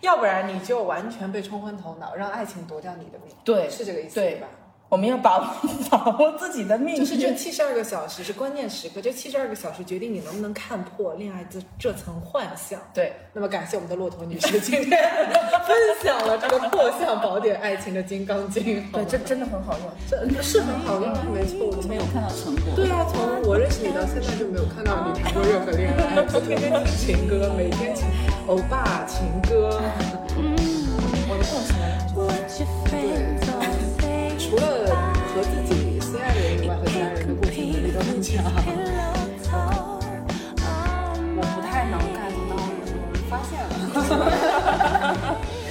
Speaker 9: 要不然你就完全被冲昏头脑，让爱情夺掉你的命，
Speaker 5: 对
Speaker 9: 是这个意思
Speaker 5: 对
Speaker 9: 吧？
Speaker 5: 我们要把握把握自己的命运。
Speaker 9: 就是这七十二个小时是关键时刻，这七十二个小时决定你能不能看破恋爱这这层幻象。
Speaker 5: 对，
Speaker 4: 那么感谢我们的骆驼女士今天 分享了这个破相宝典《爱情的金刚经》好
Speaker 5: 对，
Speaker 4: 吗，
Speaker 5: 这真的很好用。
Speaker 4: 这是很好用，没错，我没有看到成果。对啊，从我认识你到现在就没有看到你谈过任何恋爱，就天天听情歌，每天情欧巴情歌。
Speaker 8: What your friends all say.
Speaker 4: 除了和自己心爱的人以外，和家人的故事能力都很强。
Speaker 8: Pillow talk. Oh,
Speaker 5: 我不太能 get 到
Speaker 4: 发现了，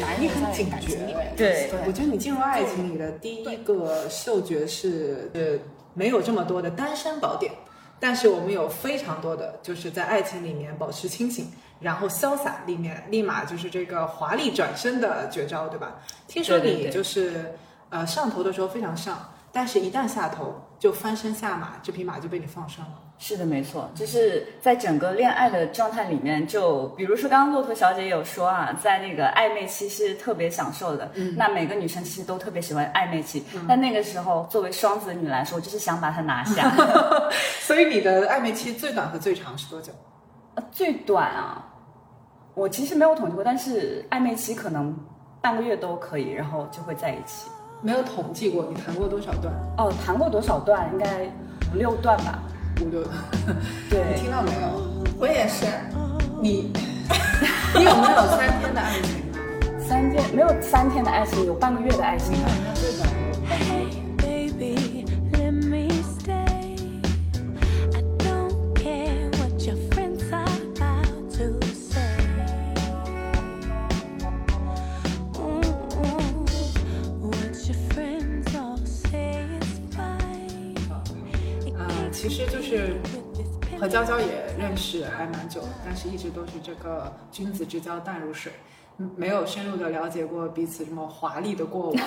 Speaker 5: 男
Speaker 4: 你
Speaker 5: 人
Speaker 4: 很
Speaker 5: 在
Speaker 4: 警
Speaker 5: 感
Speaker 4: 觉
Speaker 5: 情里面。
Speaker 2: 对
Speaker 4: 我觉得你进入爱情里的第一个嗅觉是呃没有这么多的单身宝典，但是我们有非常多的，就是在爱情里面保持清醒，然后潇洒里面立马就是这个华丽转身的绝招，对吧？听说
Speaker 2: 对对
Speaker 4: 你
Speaker 2: 对
Speaker 4: 就是呃上头的时候非常上，但是一旦下头就翻身下马，这匹马就被你放生了。
Speaker 2: 是的，没错，就是在整个恋爱的状态里面，就比如说刚刚骆驼小姐有说啊，在那个暧昧期是特别享受的，那每个女生其实都特别喜欢暧昧期，但那个时候作为双子女来说，我就是想把它拿下。
Speaker 4: 所以你的暧昧期最短和最长是多久？
Speaker 2: 呃最短啊，我其实没有统计过，但是暧昧期可能半个月都可以，然后就会在一起。
Speaker 4: 没有统计过，你谈过多少段？
Speaker 2: 哦，谈过多少段？应该五六段吧。
Speaker 4: 五六段。
Speaker 2: 对，
Speaker 4: 你听到没有？
Speaker 10: 我也是，
Speaker 4: 你你有没有三天的爱情？
Speaker 2: 三天没有三天的爱情，有半个月的爱情。
Speaker 8: Hey, baby, let me stay. I don't care what your friends are about to say. What your friends all say is fine.
Speaker 4: 呃，其实就是和娇娇也认识还蛮久的，但是一直都是这个君子之交淡如水，嗯没有深入的了解过彼此这么华丽 的过往。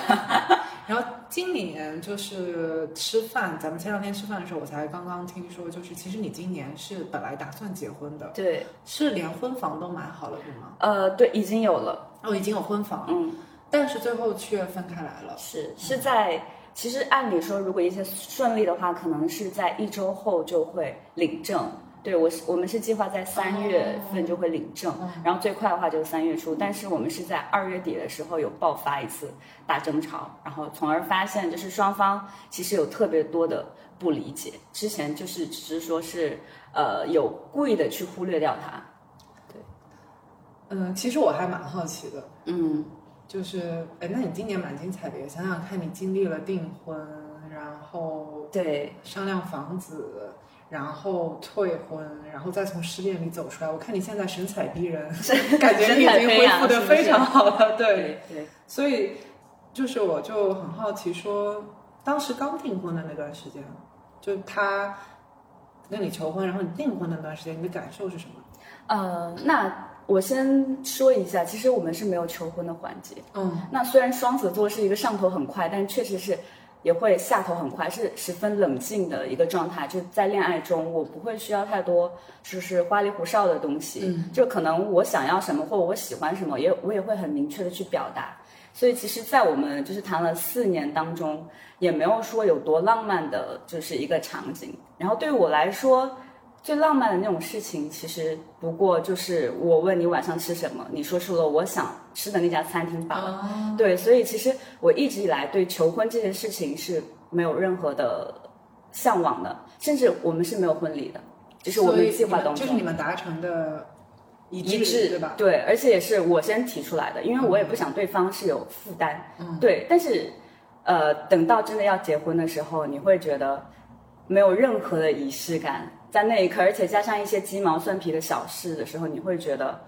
Speaker 4: 然后今年就是吃饭，咱们前两天吃饭的时候，我才刚刚听说，就是其实你今年是本来打算结婚的，
Speaker 2: 对，
Speaker 4: 是连婚房都买好了对
Speaker 10: 嗯
Speaker 4: 吗？
Speaker 2: 呃，对，已经有了。
Speaker 4: 哦，已经有婚房，
Speaker 2: 嗯，
Speaker 4: 但是最后却分开来了。
Speaker 2: 是是在，其实按理说，如果一切顺利的话，可能是在一周后就会领证。对我是我们是计划在三月份就会领证，然后最快的话就是三月初，但是我们是在二月底的时候有爆发一次大争吵，然后从而发现就是双方其实有特别多的不理解，之前就是只是说是呃有故意的去忽略掉它，
Speaker 4: 嗯，其实我还蛮好奇的，
Speaker 2: 嗯，
Speaker 4: 就是，哎，那你今年蛮精彩的耶，想想看你经历了订婚，然后
Speaker 2: 对，
Speaker 4: 商量房子，然后退婚，然后再从失恋里走出来。我看你现在神采逼人，感觉你已经恢复的非常好了，对。
Speaker 2: 对对。
Speaker 4: 所以，就是我就很好奇说，当时刚订婚的那段时间，就他跟你求婚，然后你订婚的那段时间，你的感受是什么？
Speaker 2: 呃，那我先说一下，其实我们是没有求婚的环节。
Speaker 4: 嗯，
Speaker 2: 那虽然双子座是一个上头很快，但确实是也会下头很快，是十分冷静的一个状态。就在恋爱中，我不会需要太多就是花里胡哨的东西，就可能我想要什么或我喜欢什么，也我也会很明确的去表达。所以其实，在我们就是谈了四年当中，也没有说有多浪漫的，就是一个场景。然后对我来说，最浪漫的那种事情，其实不过就是我问你晚上吃什么，你说出了我想吃的那家餐厅罢了。
Speaker 4: 哦
Speaker 2: 对，所以其实我一直以来对求婚这件事情是没有任何的向往的，甚至我们是没有婚礼的，就是我
Speaker 4: 所以
Speaker 2: 们计划
Speaker 4: 你们
Speaker 2: 当中
Speaker 4: 就是你们达成的一致，
Speaker 2: 一致
Speaker 4: 对吧？
Speaker 2: 对，而且也是我先提出来的，因为我也不想对方是有负担。
Speaker 4: 嗯
Speaker 2: 对，但是呃，等到真的要结婚的时候，你会觉得没有任何的仪式感在那一刻，而且加上一些鸡毛蒜皮的小事的时候，你会觉得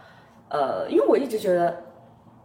Speaker 2: 呃，因为我一直觉得，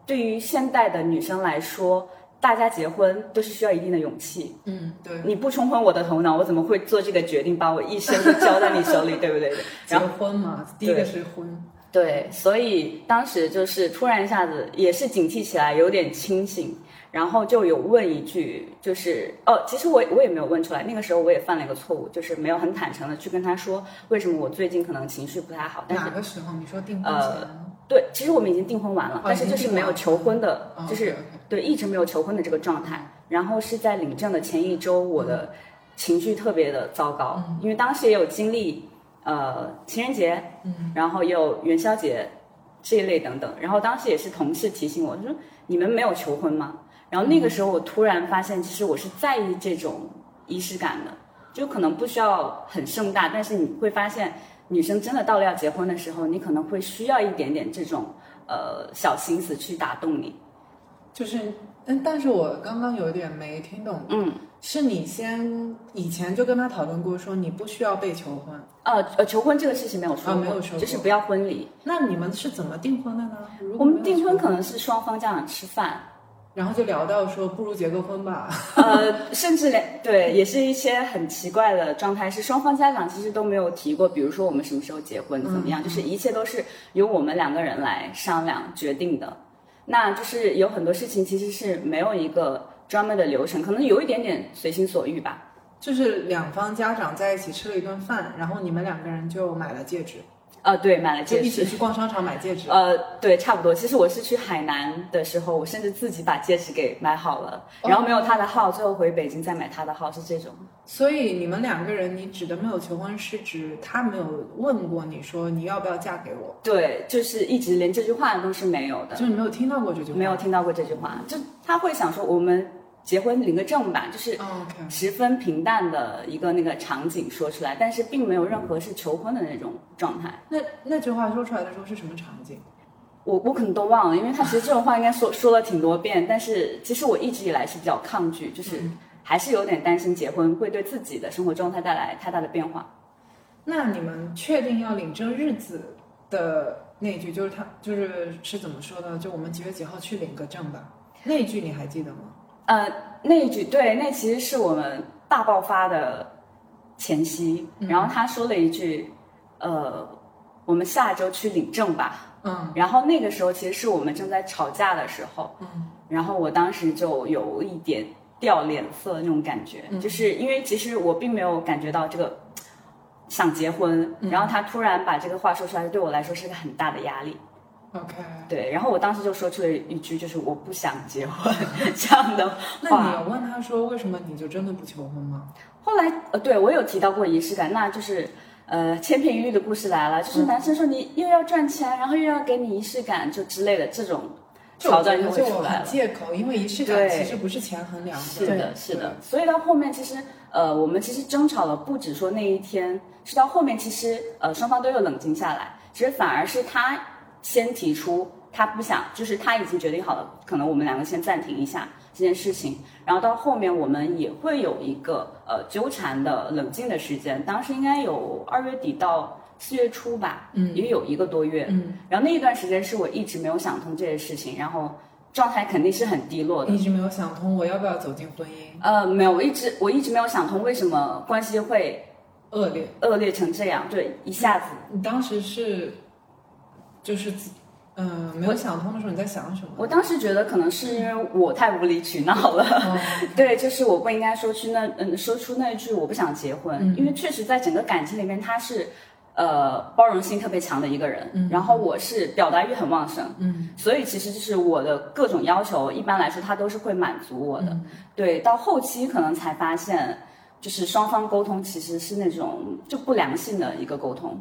Speaker 2: 对于现代的女生来说。大家结婚都是需要一定的勇气，
Speaker 4: 嗯，对。
Speaker 2: 你不冲昏我的头脑，我怎么会做这个决定，把我一生都交在你手里，对不 对？
Speaker 4: 结
Speaker 2: 然后
Speaker 4: 婚嘛，第一个是婚，
Speaker 2: 对，所以当时就是突然一下子也是警惕起来，有点清醒，然后就有问一句，就是哦，其实我我也没有问出来，那个时候我也犯了一个错误，就是没有很坦诚的去跟他说为什么我最近可能情绪不太好，但是
Speaker 4: 哪个时候？你说订婚前
Speaker 2: 呃？对，其实我哦们已经订婚完了，但是就是没有求婚的，
Speaker 4: 哦
Speaker 2: 就
Speaker 4: 已经
Speaker 2: 是
Speaker 4: 订婚了
Speaker 2: 对一直没有求婚的这个状态。然后是在领证的前一周，我的情绪特别的糟糕，因为当时也有经历呃情人节，然后也有元宵节这一类等等。然后当时也是同事提醒我，他说你们没有求婚吗？然后那个时候我突然发现，其实我是在意这种仪式感的，就可能不需要很盛大，但是你会发现，女生真的到了要结婚的时候，你可能会需要一点点这种呃小心思去打动你。
Speaker 4: 就是，嗯，但是我刚刚有点没听懂，
Speaker 2: 嗯，
Speaker 4: 是你先以前就跟他讨论过，说你不需要被求婚，
Speaker 2: 呃呃，求婚这个事情没有说
Speaker 4: 啊
Speaker 2: 过，
Speaker 4: 没有说过
Speaker 2: 就是不要婚礼。
Speaker 4: 那你们是怎么订婚的呢？如
Speaker 2: 我
Speaker 4: 果没有
Speaker 2: 们订
Speaker 4: 求
Speaker 2: 婚可，能是双方家长 吃饭，
Speaker 4: 然后就聊到说，不如结个婚吧，
Speaker 2: 呃，甚至连对，也是一些很奇怪的状态，是双方家长其实都没有提过，比如说我们什么时候结婚，怎么
Speaker 4: 嗯
Speaker 2: 样，就是一切都是由我们两个人来商量决定的。那就是有很多事情其实是没有一个专门的流程，可能有一点点随心所欲吧。
Speaker 4: 就是两方家长在一起吃了一顿饭，然后你们两个人就买了戒指，
Speaker 2: 啊，对，买了
Speaker 4: 就
Speaker 2: 戒
Speaker 4: 一起
Speaker 2: 指。
Speaker 4: 去逛商场买戒指。
Speaker 2: 呃，对，差不多。其实我是去海南的时候，我甚至自己把戒指给买好了，然后没
Speaker 4: 哦
Speaker 2: 有他的号，最后回北京再买他的号，是这种。
Speaker 4: 所以你们两个人，你指的没有求婚是指他没有问过你说你要不要嫁给我，
Speaker 2: 对，就是一直连这句话都是没有的
Speaker 4: 就。是你没有听到过这句话。
Speaker 2: 没有。听到过这句话，就他会想说我们结婚领个证吧，就是
Speaker 4: 哦，OK
Speaker 2: 十分平淡的一个那个场景说出来，但是并没有任何是求婚的那种状态。
Speaker 4: 那那句话说出来的时候是什么场景？
Speaker 2: 我我可能都忘了，因为他其实这种话应该说说了挺多遍，但是其实我一直以来是比较抗拒，就是还是有点担心结婚会对自己的生活状态带来太大的变化。
Speaker 4: 那你们确定要领证日子的那句，就是他就是是怎么说的？就我们几月几号去领个证吧。那一句你还记得吗？
Speaker 2: 呃，那一句对，那其实是我们大爆发的前夕，
Speaker 4: 嗯
Speaker 2: 然后他说了一句，呃，我们下周去领证吧。
Speaker 4: 嗯，
Speaker 2: 然后那个时候其实是我们正在吵架的时候，
Speaker 4: 嗯，
Speaker 2: 然后我当时就有一点掉脸色那种感觉，
Speaker 4: 嗯
Speaker 2: 就是因为其实我并没有感觉到这个想结婚，
Speaker 4: 嗯
Speaker 2: 然后他突然把这个话说出来，对我来说是个很大的压力。
Speaker 4: OK，
Speaker 2: 对，然后我当时就说出了一句，就是我不想结婚 这样的话。
Speaker 4: 那你
Speaker 2: 啊
Speaker 4: 有问他说为什么你就真的不求婚吗？
Speaker 2: 后来呃，对我有提到过仪式感，那就是呃千篇一律的故事来了，就是男生说你又要赚钱，然后又要给你仪式感，就之类的这种桥段就会
Speaker 4: 就
Speaker 2: 出来
Speaker 4: 很
Speaker 2: 了。
Speaker 4: 借口，因为仪式感
Speaker 2: 对
Speaker 4: 其实不是钱衡量的。
Speaker 2: 是的，是的。所以到后面，其实呃，我们其实争吵了，不止说那一天，是到后面其实呃双方都有冷静下来，其实反而是他先提出他不想，就是他已经决定好了，可能我们两个先暂停一下这件事情，然后到后面我们也会有一个呃纠缠的冷静的时间，当时应该有二月底到。四月初吧，嗯，也有一个多月，嗯，然后那一段时间是我一直没有想通这些事情，然后状态肯定是很低落的
Speaker 4: 对，，一直没有想通我要不要走进婚姻，
Speaker 2: 呃，没有，我一直我一直没有想通为什么关系会
Speaker 4: 恶劣。
Speaker 2: 恶劣成这样，对，一下子
Speaker 4: 你当时是，就是自，嗯、没有想通的时候你在想什么？
Speaker 2: 我当时觉得可能是因为我太无理取闹了， 对，就是我不应该说出那嗯说出那句我不想结婚，因为确实在整个感情里面他是。呃，包容性特别强的一个人，然后我是表达欲很旺盛，嗯，所以其实就是我的各种要求，一般来说他都是会满足我的，对，到后期可能才发现，就是双方沟通其实是那种就不良性的一个沟通，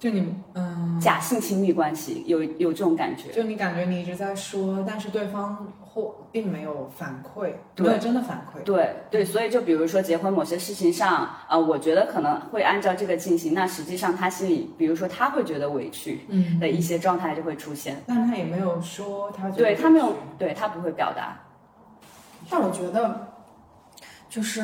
Speaker 4: 就你，嗯、
Speaker 2: 假性亲密关系，有有这种感觉，
Speaker 4: 就你感觉你一直在说，但是对方或并没有反馈，
Speaker 2: 对
Speaker 4: 没有真的反馈。
Speaker 2: 对对，所以就比如说结婚某些事情上，呃，我觉得可能会按照这个进行，那实际上他心里，比如说他会觉得委屈，嗯，的一些状态就会出现。
Speaker 4: 但他也没有说他觉得
Speaker 2: 对他没有
Speaker 4: 委屈，
Speaker 2: 对他不会表达，
Speaker 5: 但我觉得，就是，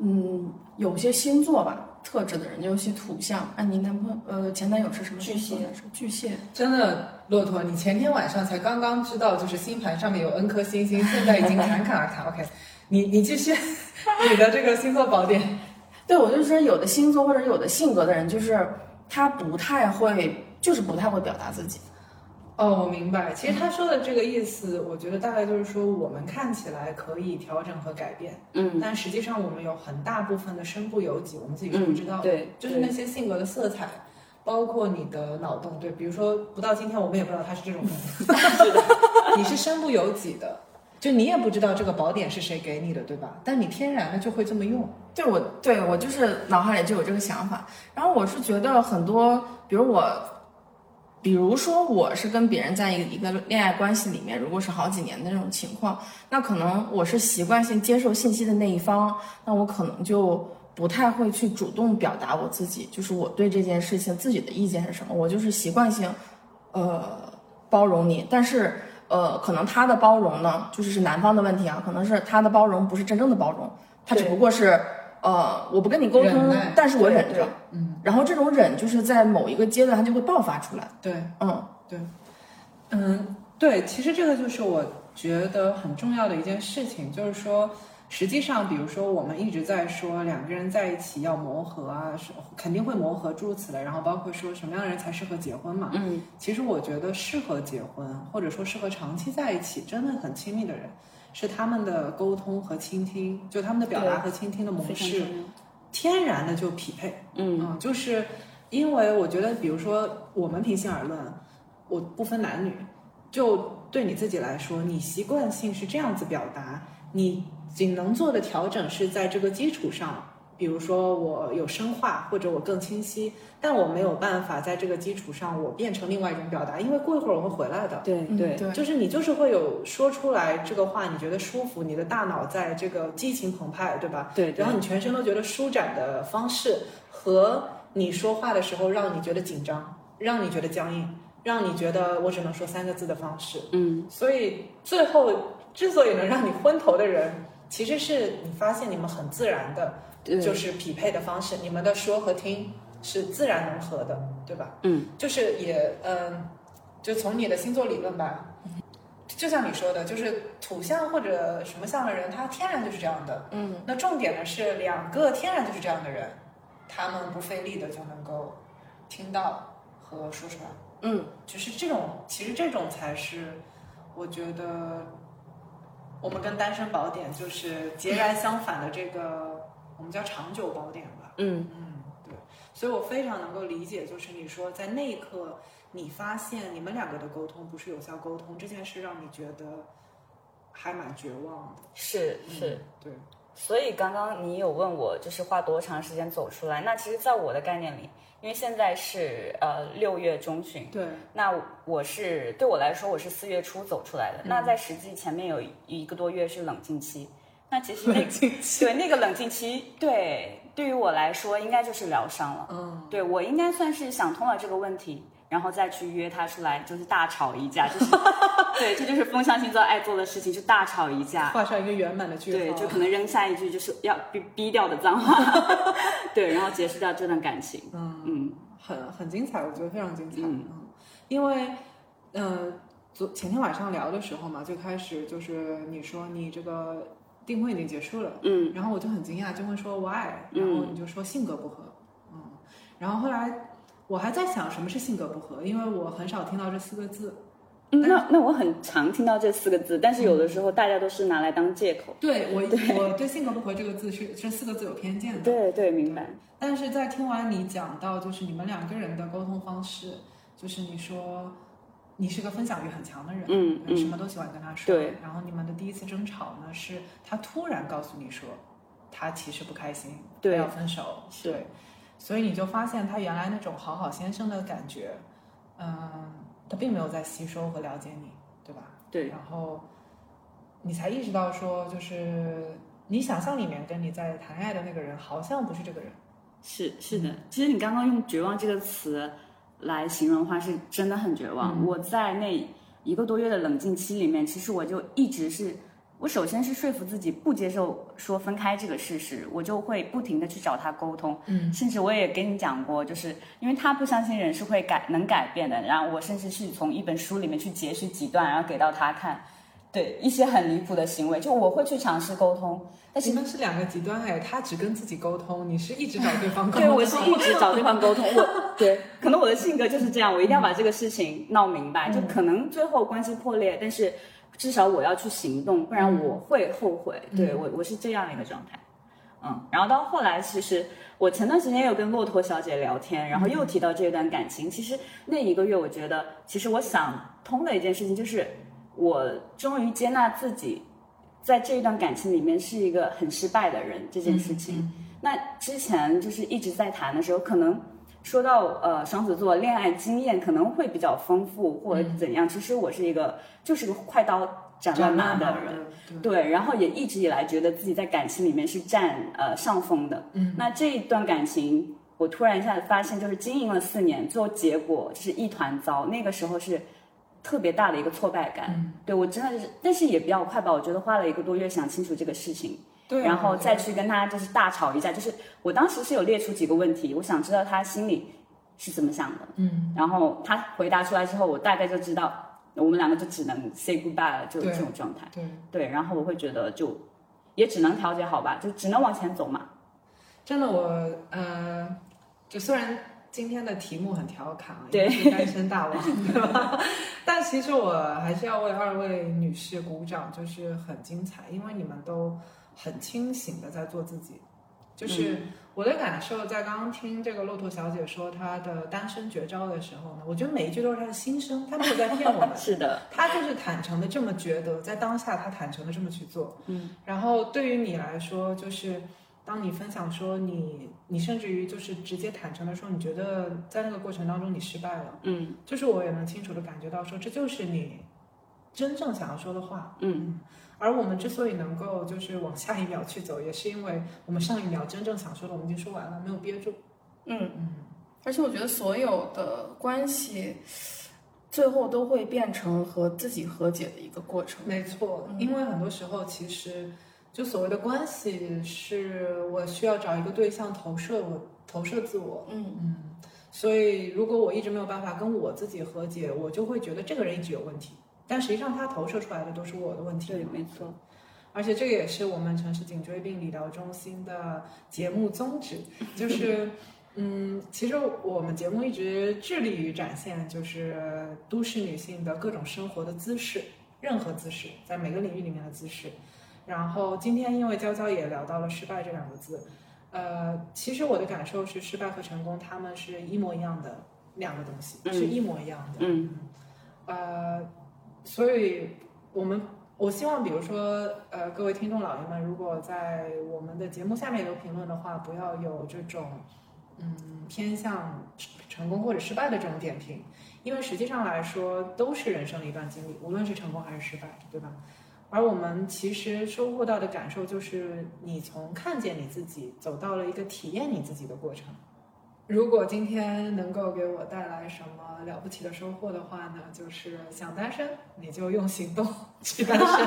Speaker 5: 嗯，有些星座吧，特质的人，尤其土象。哎，你男朋友呃前男友是什么？巨蟹，是巨蟹。
Speaker 4: 真的，骆驼，你前天晚上才刚刚知道，就是星盘上面有 N 颗星星，现在已经侃侃而谈。OK，你你继续 你的这个星座宝典。
Speaker 5: 对，我就是说，有的星座或者有的性格的人，就是他不太会，就是不太会表达自己。
Speaker 4: 哦，我明白。其实他说的这个意思，我觉得大概就是说，我们看起来可以调整和改变，
Speaker 2: 嗯，
Speaker 4: 但实际上我们有很大部分的身不由己，我们自己是
Speaker 2: 嗯
Speaker 4: 不知道的。
Speaker 2: 对
Speaker 4: 就是那些性格的色彩，包括你的脑洞。对，比如说，不到今天我们也不知道他是这种 人，你是身不由己的，就你也不知道这个宝典是谁给你的，对吧？但你天然的就会这么用。
Speaker 11: 对我对我就是脑海里就有这个想法，然后我是觉得很多，比如我，比如说我是跟别人在一个一个恋爱关系里面，如果是好几年的那种情况，那可能我是习惯性接受信息的那一方，那我可能就不太会去主动表达我自己，就是我对这件事情自己的意见是什么，我就是习惯性，呃，包容你，但是。呃，可能他的包容呢，就是是男方的问题啊，可能是他的包容不是真正的包容，他只不过是呃，我不跟你沟
Speaker 4: 忍
Speaker 11: 通
Speaker 4: 耐，
Speaker 11: 但是我忍
Speaker 4: 对
Speaker 11: 着，嗯，然后这种忍就是在某一个阶段它就会爆发出来，
Speaker 4: 对，
Speaker 11: 嗯，
Speaker 4: 嗯，对，其实这个就是我觉得很重要的一件事情，就是说，实际上，比如说我们一直在说两个人在一起要磨合啊，是肯定会磨合，诸如此类，然后包括说什么样的人才适合结婚嘛。嗯，其实我觉得适合结婚或者说适合长期在一起，真的很亲密的人，是他们的沟通和倾听，就他们的表达和倾听的模
Speaker 2: 非常
Speaker 4: 式
Speaker 2: 重要，
Speaker 4: 天然的就匹配。
Speaker 2: 嗯，
Speaker 4: 嗯，就是因为我觉得，比如说我们平心而论，我不分男女，就对你自己来说，你习惯性是这样子表达，你仅能做的调整是在这个基础上，比如说我有深化或者我更清晰，但我没有办法在这个基础上我变成另外一种表达，因为过一会儿我会回来的。
Speaker 2: 对嗯对，
Speaker 11: 对
Speaker 4: 就是你就是会有说出来这个话，你觉得舒服，你的大脑在这个激情澎湃，对吧？
Speaker 2: 对对
Speaker 4: 然后你全身都觉得舒展的方式和你说话的时候让你觉得紧张，让你觉得僵硬，让你觉得我只能说三个字的方式，
Speaker 2: 嗯，
Speaker 4: 所以最后之所以能让你昏头的人，其实是你发现你们很自然的，
Speaker 2: 对
Speaker 4: 就是匹配的方式，你们的说和听是自然融合的，对吧？
Speaker 2: 嗯，
Speaker 4: 就是也嗯、就从你的星座理论吧。就像你说的，就是土象或者什么象的人，他天然就是这样的。
Speaker 5: 嗯，
Speaker 4: 那重点呢是两个天然就是这样的人，他们不费力的就能够听到和说出来。
Speaker 5: 嗯，
Speaker 4: 就是这种，其实这种才是我觉得我们跟单身宝典就是截然相反的这个，我们叫长久宝典吧。
Speaker 2: 嗯
Speaker 4: 嗯，对，所以我非常能够理解，就是你说在那一刻，你发现你们两个的沟通不是有效沟通这件事，让你觉得还蛮绝望的。
Speaker 2: 是
Speaker 4: 嗯
Speaker 2: 是。，
Speaker 4: 对，
Speaker 2: 所以刚刚你有问我，就是花多长时间走出来？那其实，在我的概念里，因为现在是呃六月中旬，
Speaker 4: 对，
Speaker 2: 那我是对我来说，我是四月初走出来的。那在实际前面有一个多月是冷静期，那其实那冷静期对那个冷静期，对对于我来说，应该就是疗伤了。嗯，对我应该算是想通了这个问题，然后再去约他出来，就是大吵一架，就是 对，这就是风象星座爱做的事情，就大吵一架。
Speaker 4: 画上一个圆满的句号。
Speaker 2: 对，就可能扔下一句就是要逼逼掉的脏话， 对，然后结束掉这段感情。嗯
Speaker 4: 很很精彩，我觉得非常精彩。
Speaker 2: 嗯
Speaker 4: 嗯，因为，呃，昨前天晚上聊的时候嘛，最开始就是你说你这个订婚已经结束了，
Speaker 2: 嗯，
Speaker 4: 然后我就很惊讶，就问说 why，
Speaker 2: 嗯
Speaker 4: 然后你就说性格不合，嗯，然后后来我还在想什么是性格不合，因为我很少听到这四个字。
Speaker 2: 嗯那那我很常听到这四个字，但是有的时候大家都是拿来当借口。
Speaker 4: 对我，我对性格不合这个字是这四个字有偏见的。
Speaker 2: 对对，明白。
Speaker 4: 但是在听完你讲到，就是你们两个人的沟通方式，就是你说你是个分享欲很强的人，
Speaker 2: 嗯
Speaker 4: 对
Speaker 2: 嗯
Speaker 4: 什么都喜欢跟他说，
Speaker 2: 对。
Speaker 4: 然后你们的第一次争吵呢，是他突然告诉你说，他其实不开心，
Speaker 2: 对
Speaker 4: 他要分手，
Speaker 2: 是
Speaker 4: 对，所以你就发现他原来那种好好先生的感觉，嗯，他并没有在吸收和了解你，对吧？
Speaker 2: 对
Speaker 4: 然后你才意识到说，就是你想象里面跟你在谈恋爱的那个人好像不是这个人。
Speaker 2: 是是的，其实你刚刚用“绝望”这个词来形容的话，是真的很绝望。我在那一个多月的冷静期里面，其实我就一直是，我首先是说服自己不接受说分开这个事实，我就会不停的去找他沟通。嗯，甚至我也跟你讲过，就是因为他不相信人是会改能改变的，然后我甚至是从一本书里面去截取几段，然后给到他看。对一些很离谱的行为，就我会去尝试沟通，但是
Speaker 4: 你们是两个极端哎，他只跟自己沟通，你是一直找对方沟通。
Speaker 2: 对，我是一直找对方沟通， 我对，可能我的性格就是这样，我一定要把这个事情闹明白，
Speaker 4: 嗯
Speaker 2: 就可能最后关系破裂，但是至少我要去行动，不
Speaker 4: 嗯
Speaker 2: 然我会后悔。对我，我是这样的一个状态。嗯，然后到后来，其实我前段时间有跟骆驼小姐聊天，然后又提到这段感情。其实那一个月，我觉得其实我想通的一件事情就是，我终于接纳自己在这一段感情里面是一个很失败的人这件事情。那之前就是一直在谈的时候，可能说到呃双子座恋爱经验可能会比较丰富或者怎样，其实我是一个就是个快刀斩乱麻的人，对，然后也一直以来觉得自己在感情里面是占呃上风的。嗯，那这一段感情，我突然一下子发现，就是经营了四年，最后结果就是一团糟。那个时候是特别大的一个挫败感。
Speaker 4: 嗯
Speaker 2: 对我真的是，但是也比较快吧，我觉得花了一个多月想清楚这个事情。
Speaker 4: 对啊
Speaker 2: 然后再去跟他就是大吵一架，就是我当时是有列出几个问题，我想知道他心里是怎么想的，嗯，然后他回答出来之后，我大概就知道我们两个就只能 say goodbye 了，就这种状态。
Speaker 4: 对
Speaker 2: 对，然后我会觉得就也只能调节好吧，就只能往前走嘛。
Speaker 4: 真的我呃，就虽然今天的题目很调侃，
Speaker 2: 对。
Speaker 4: 因为是单身大王， 对吧？但其实我还是要为二位女士鼓掌，就是很精彩，因为你们都很清醒的在做自己。就是我的感受，在刚刚听这个骆驼小姐说她的单身绝招的时候呢，我觉得每一句都是她的心声，她没有在骗我们
Speaker 2: 是的，
Speaker 4: 他就是坦诚的这么觉得，在当下他坦诚的这么去做。嗯，然后对于你来说，就是当你分享说你，你甚至于就是直接坦诚的说，你觉得在那个过程当中你失败了，
Speaker 2: 嗯
Speaker 4: 就是我也能清楚的感觉到说，这就是你真正想要说的话。
Speaker 2: 嗯，
Speaker 4: 而我们之所以能够就是往下一秒去走，也是因为我们上一秒真正想说的，我们已经说完了，没有憋住。
Speaker 5: 嗯，而且我觉得所有的关系，最后都会变成和自己和解的一个过程。
Speaker 4: 没错，因为很多时候其实就所谓的关系，是我需要找一个对象投射我，投射自我。
Speaker 5: 嗯，
Speaker 4: 嗯，所以如果我一直没有办法跟我自己和解，我就会觉得这个人一直有问题，但实际上他投射出来的都是我的问题。
Speaker 2: 对，没错。
Speaker 4: 而且这个也是我们城市颈椎病理疗中心的节目宗旨，就是，嗯，其实我们节目一直致力于展现就是都市女性的各种生活的姿势，任何姿势，在每个领域里面的姿势。然后今天因为娇娇也聊到了失败这两个字，呃，其实我的感受是失败和成功，他们是一模一样的两个东西，
Speaker 2: 嗯
Speaker 4: 是一模一样的。
Speaker 2: 嗯
Speaker 4: 呃，所以我们我希望，比如说，呃，各位听众老爷们，如果在我们的节目下面留评论的话，不要有这种嗯偏向成功或者失败的这种点评，因为实际上来说都是人生的一段经历，无论是成功还是失败，对吧？而我们其实收获到的感受就是，你从看见你自己走到了一个体验你自己的过程。如果今天能够给我带来什么了不起的收获的话呢，就是想单身你就用行动去单身，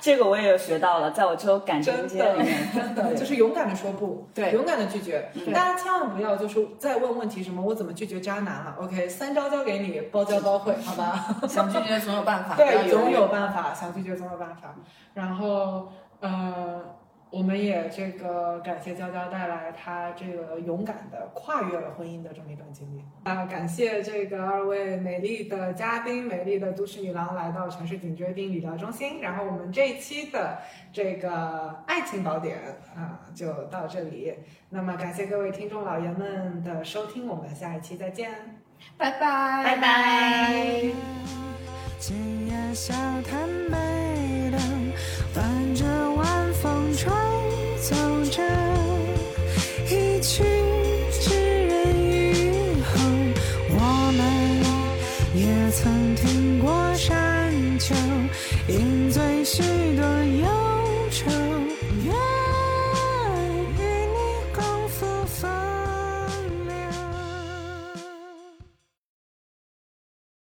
Speaker 2: 这个我也有学到了，在我之后感情
Speaker 4: 真
Speaker 2: 街里
Speaker 4: 的
Speaker 2: 面，
Speaker 4: 真的 就是勇敢的说不，
Speaker 5: 对
Speaker 4: 勇敢的拒绝。大家千万不要就是再问问题什么我怎么拒绝渣男啊？OK，三招教给你，包教包会，好吧？
Speaker 5: 想拒绝总有办法，不要
Speaker 4: 对，
Speaker 5: 犹豫
Speaker 4: 总有办法，想拒绝总有办法。然后呃，我们也这个感谢娇娇带来她这个勇敢的跨越了婚姻的这么一段经历啊、感谢这个二位美丽的嘉宾、美丽的都市女郎来到城市颈椎病理疗中心。然后我们这一期的这个爱情宝典啊、就到这里。那么感谢各位听众老爷们的收听，我们下一期再见。
Speaker 5: 拜拜，
Speaker 2: 拜拜。
Speaker 8: 只要笑坦白，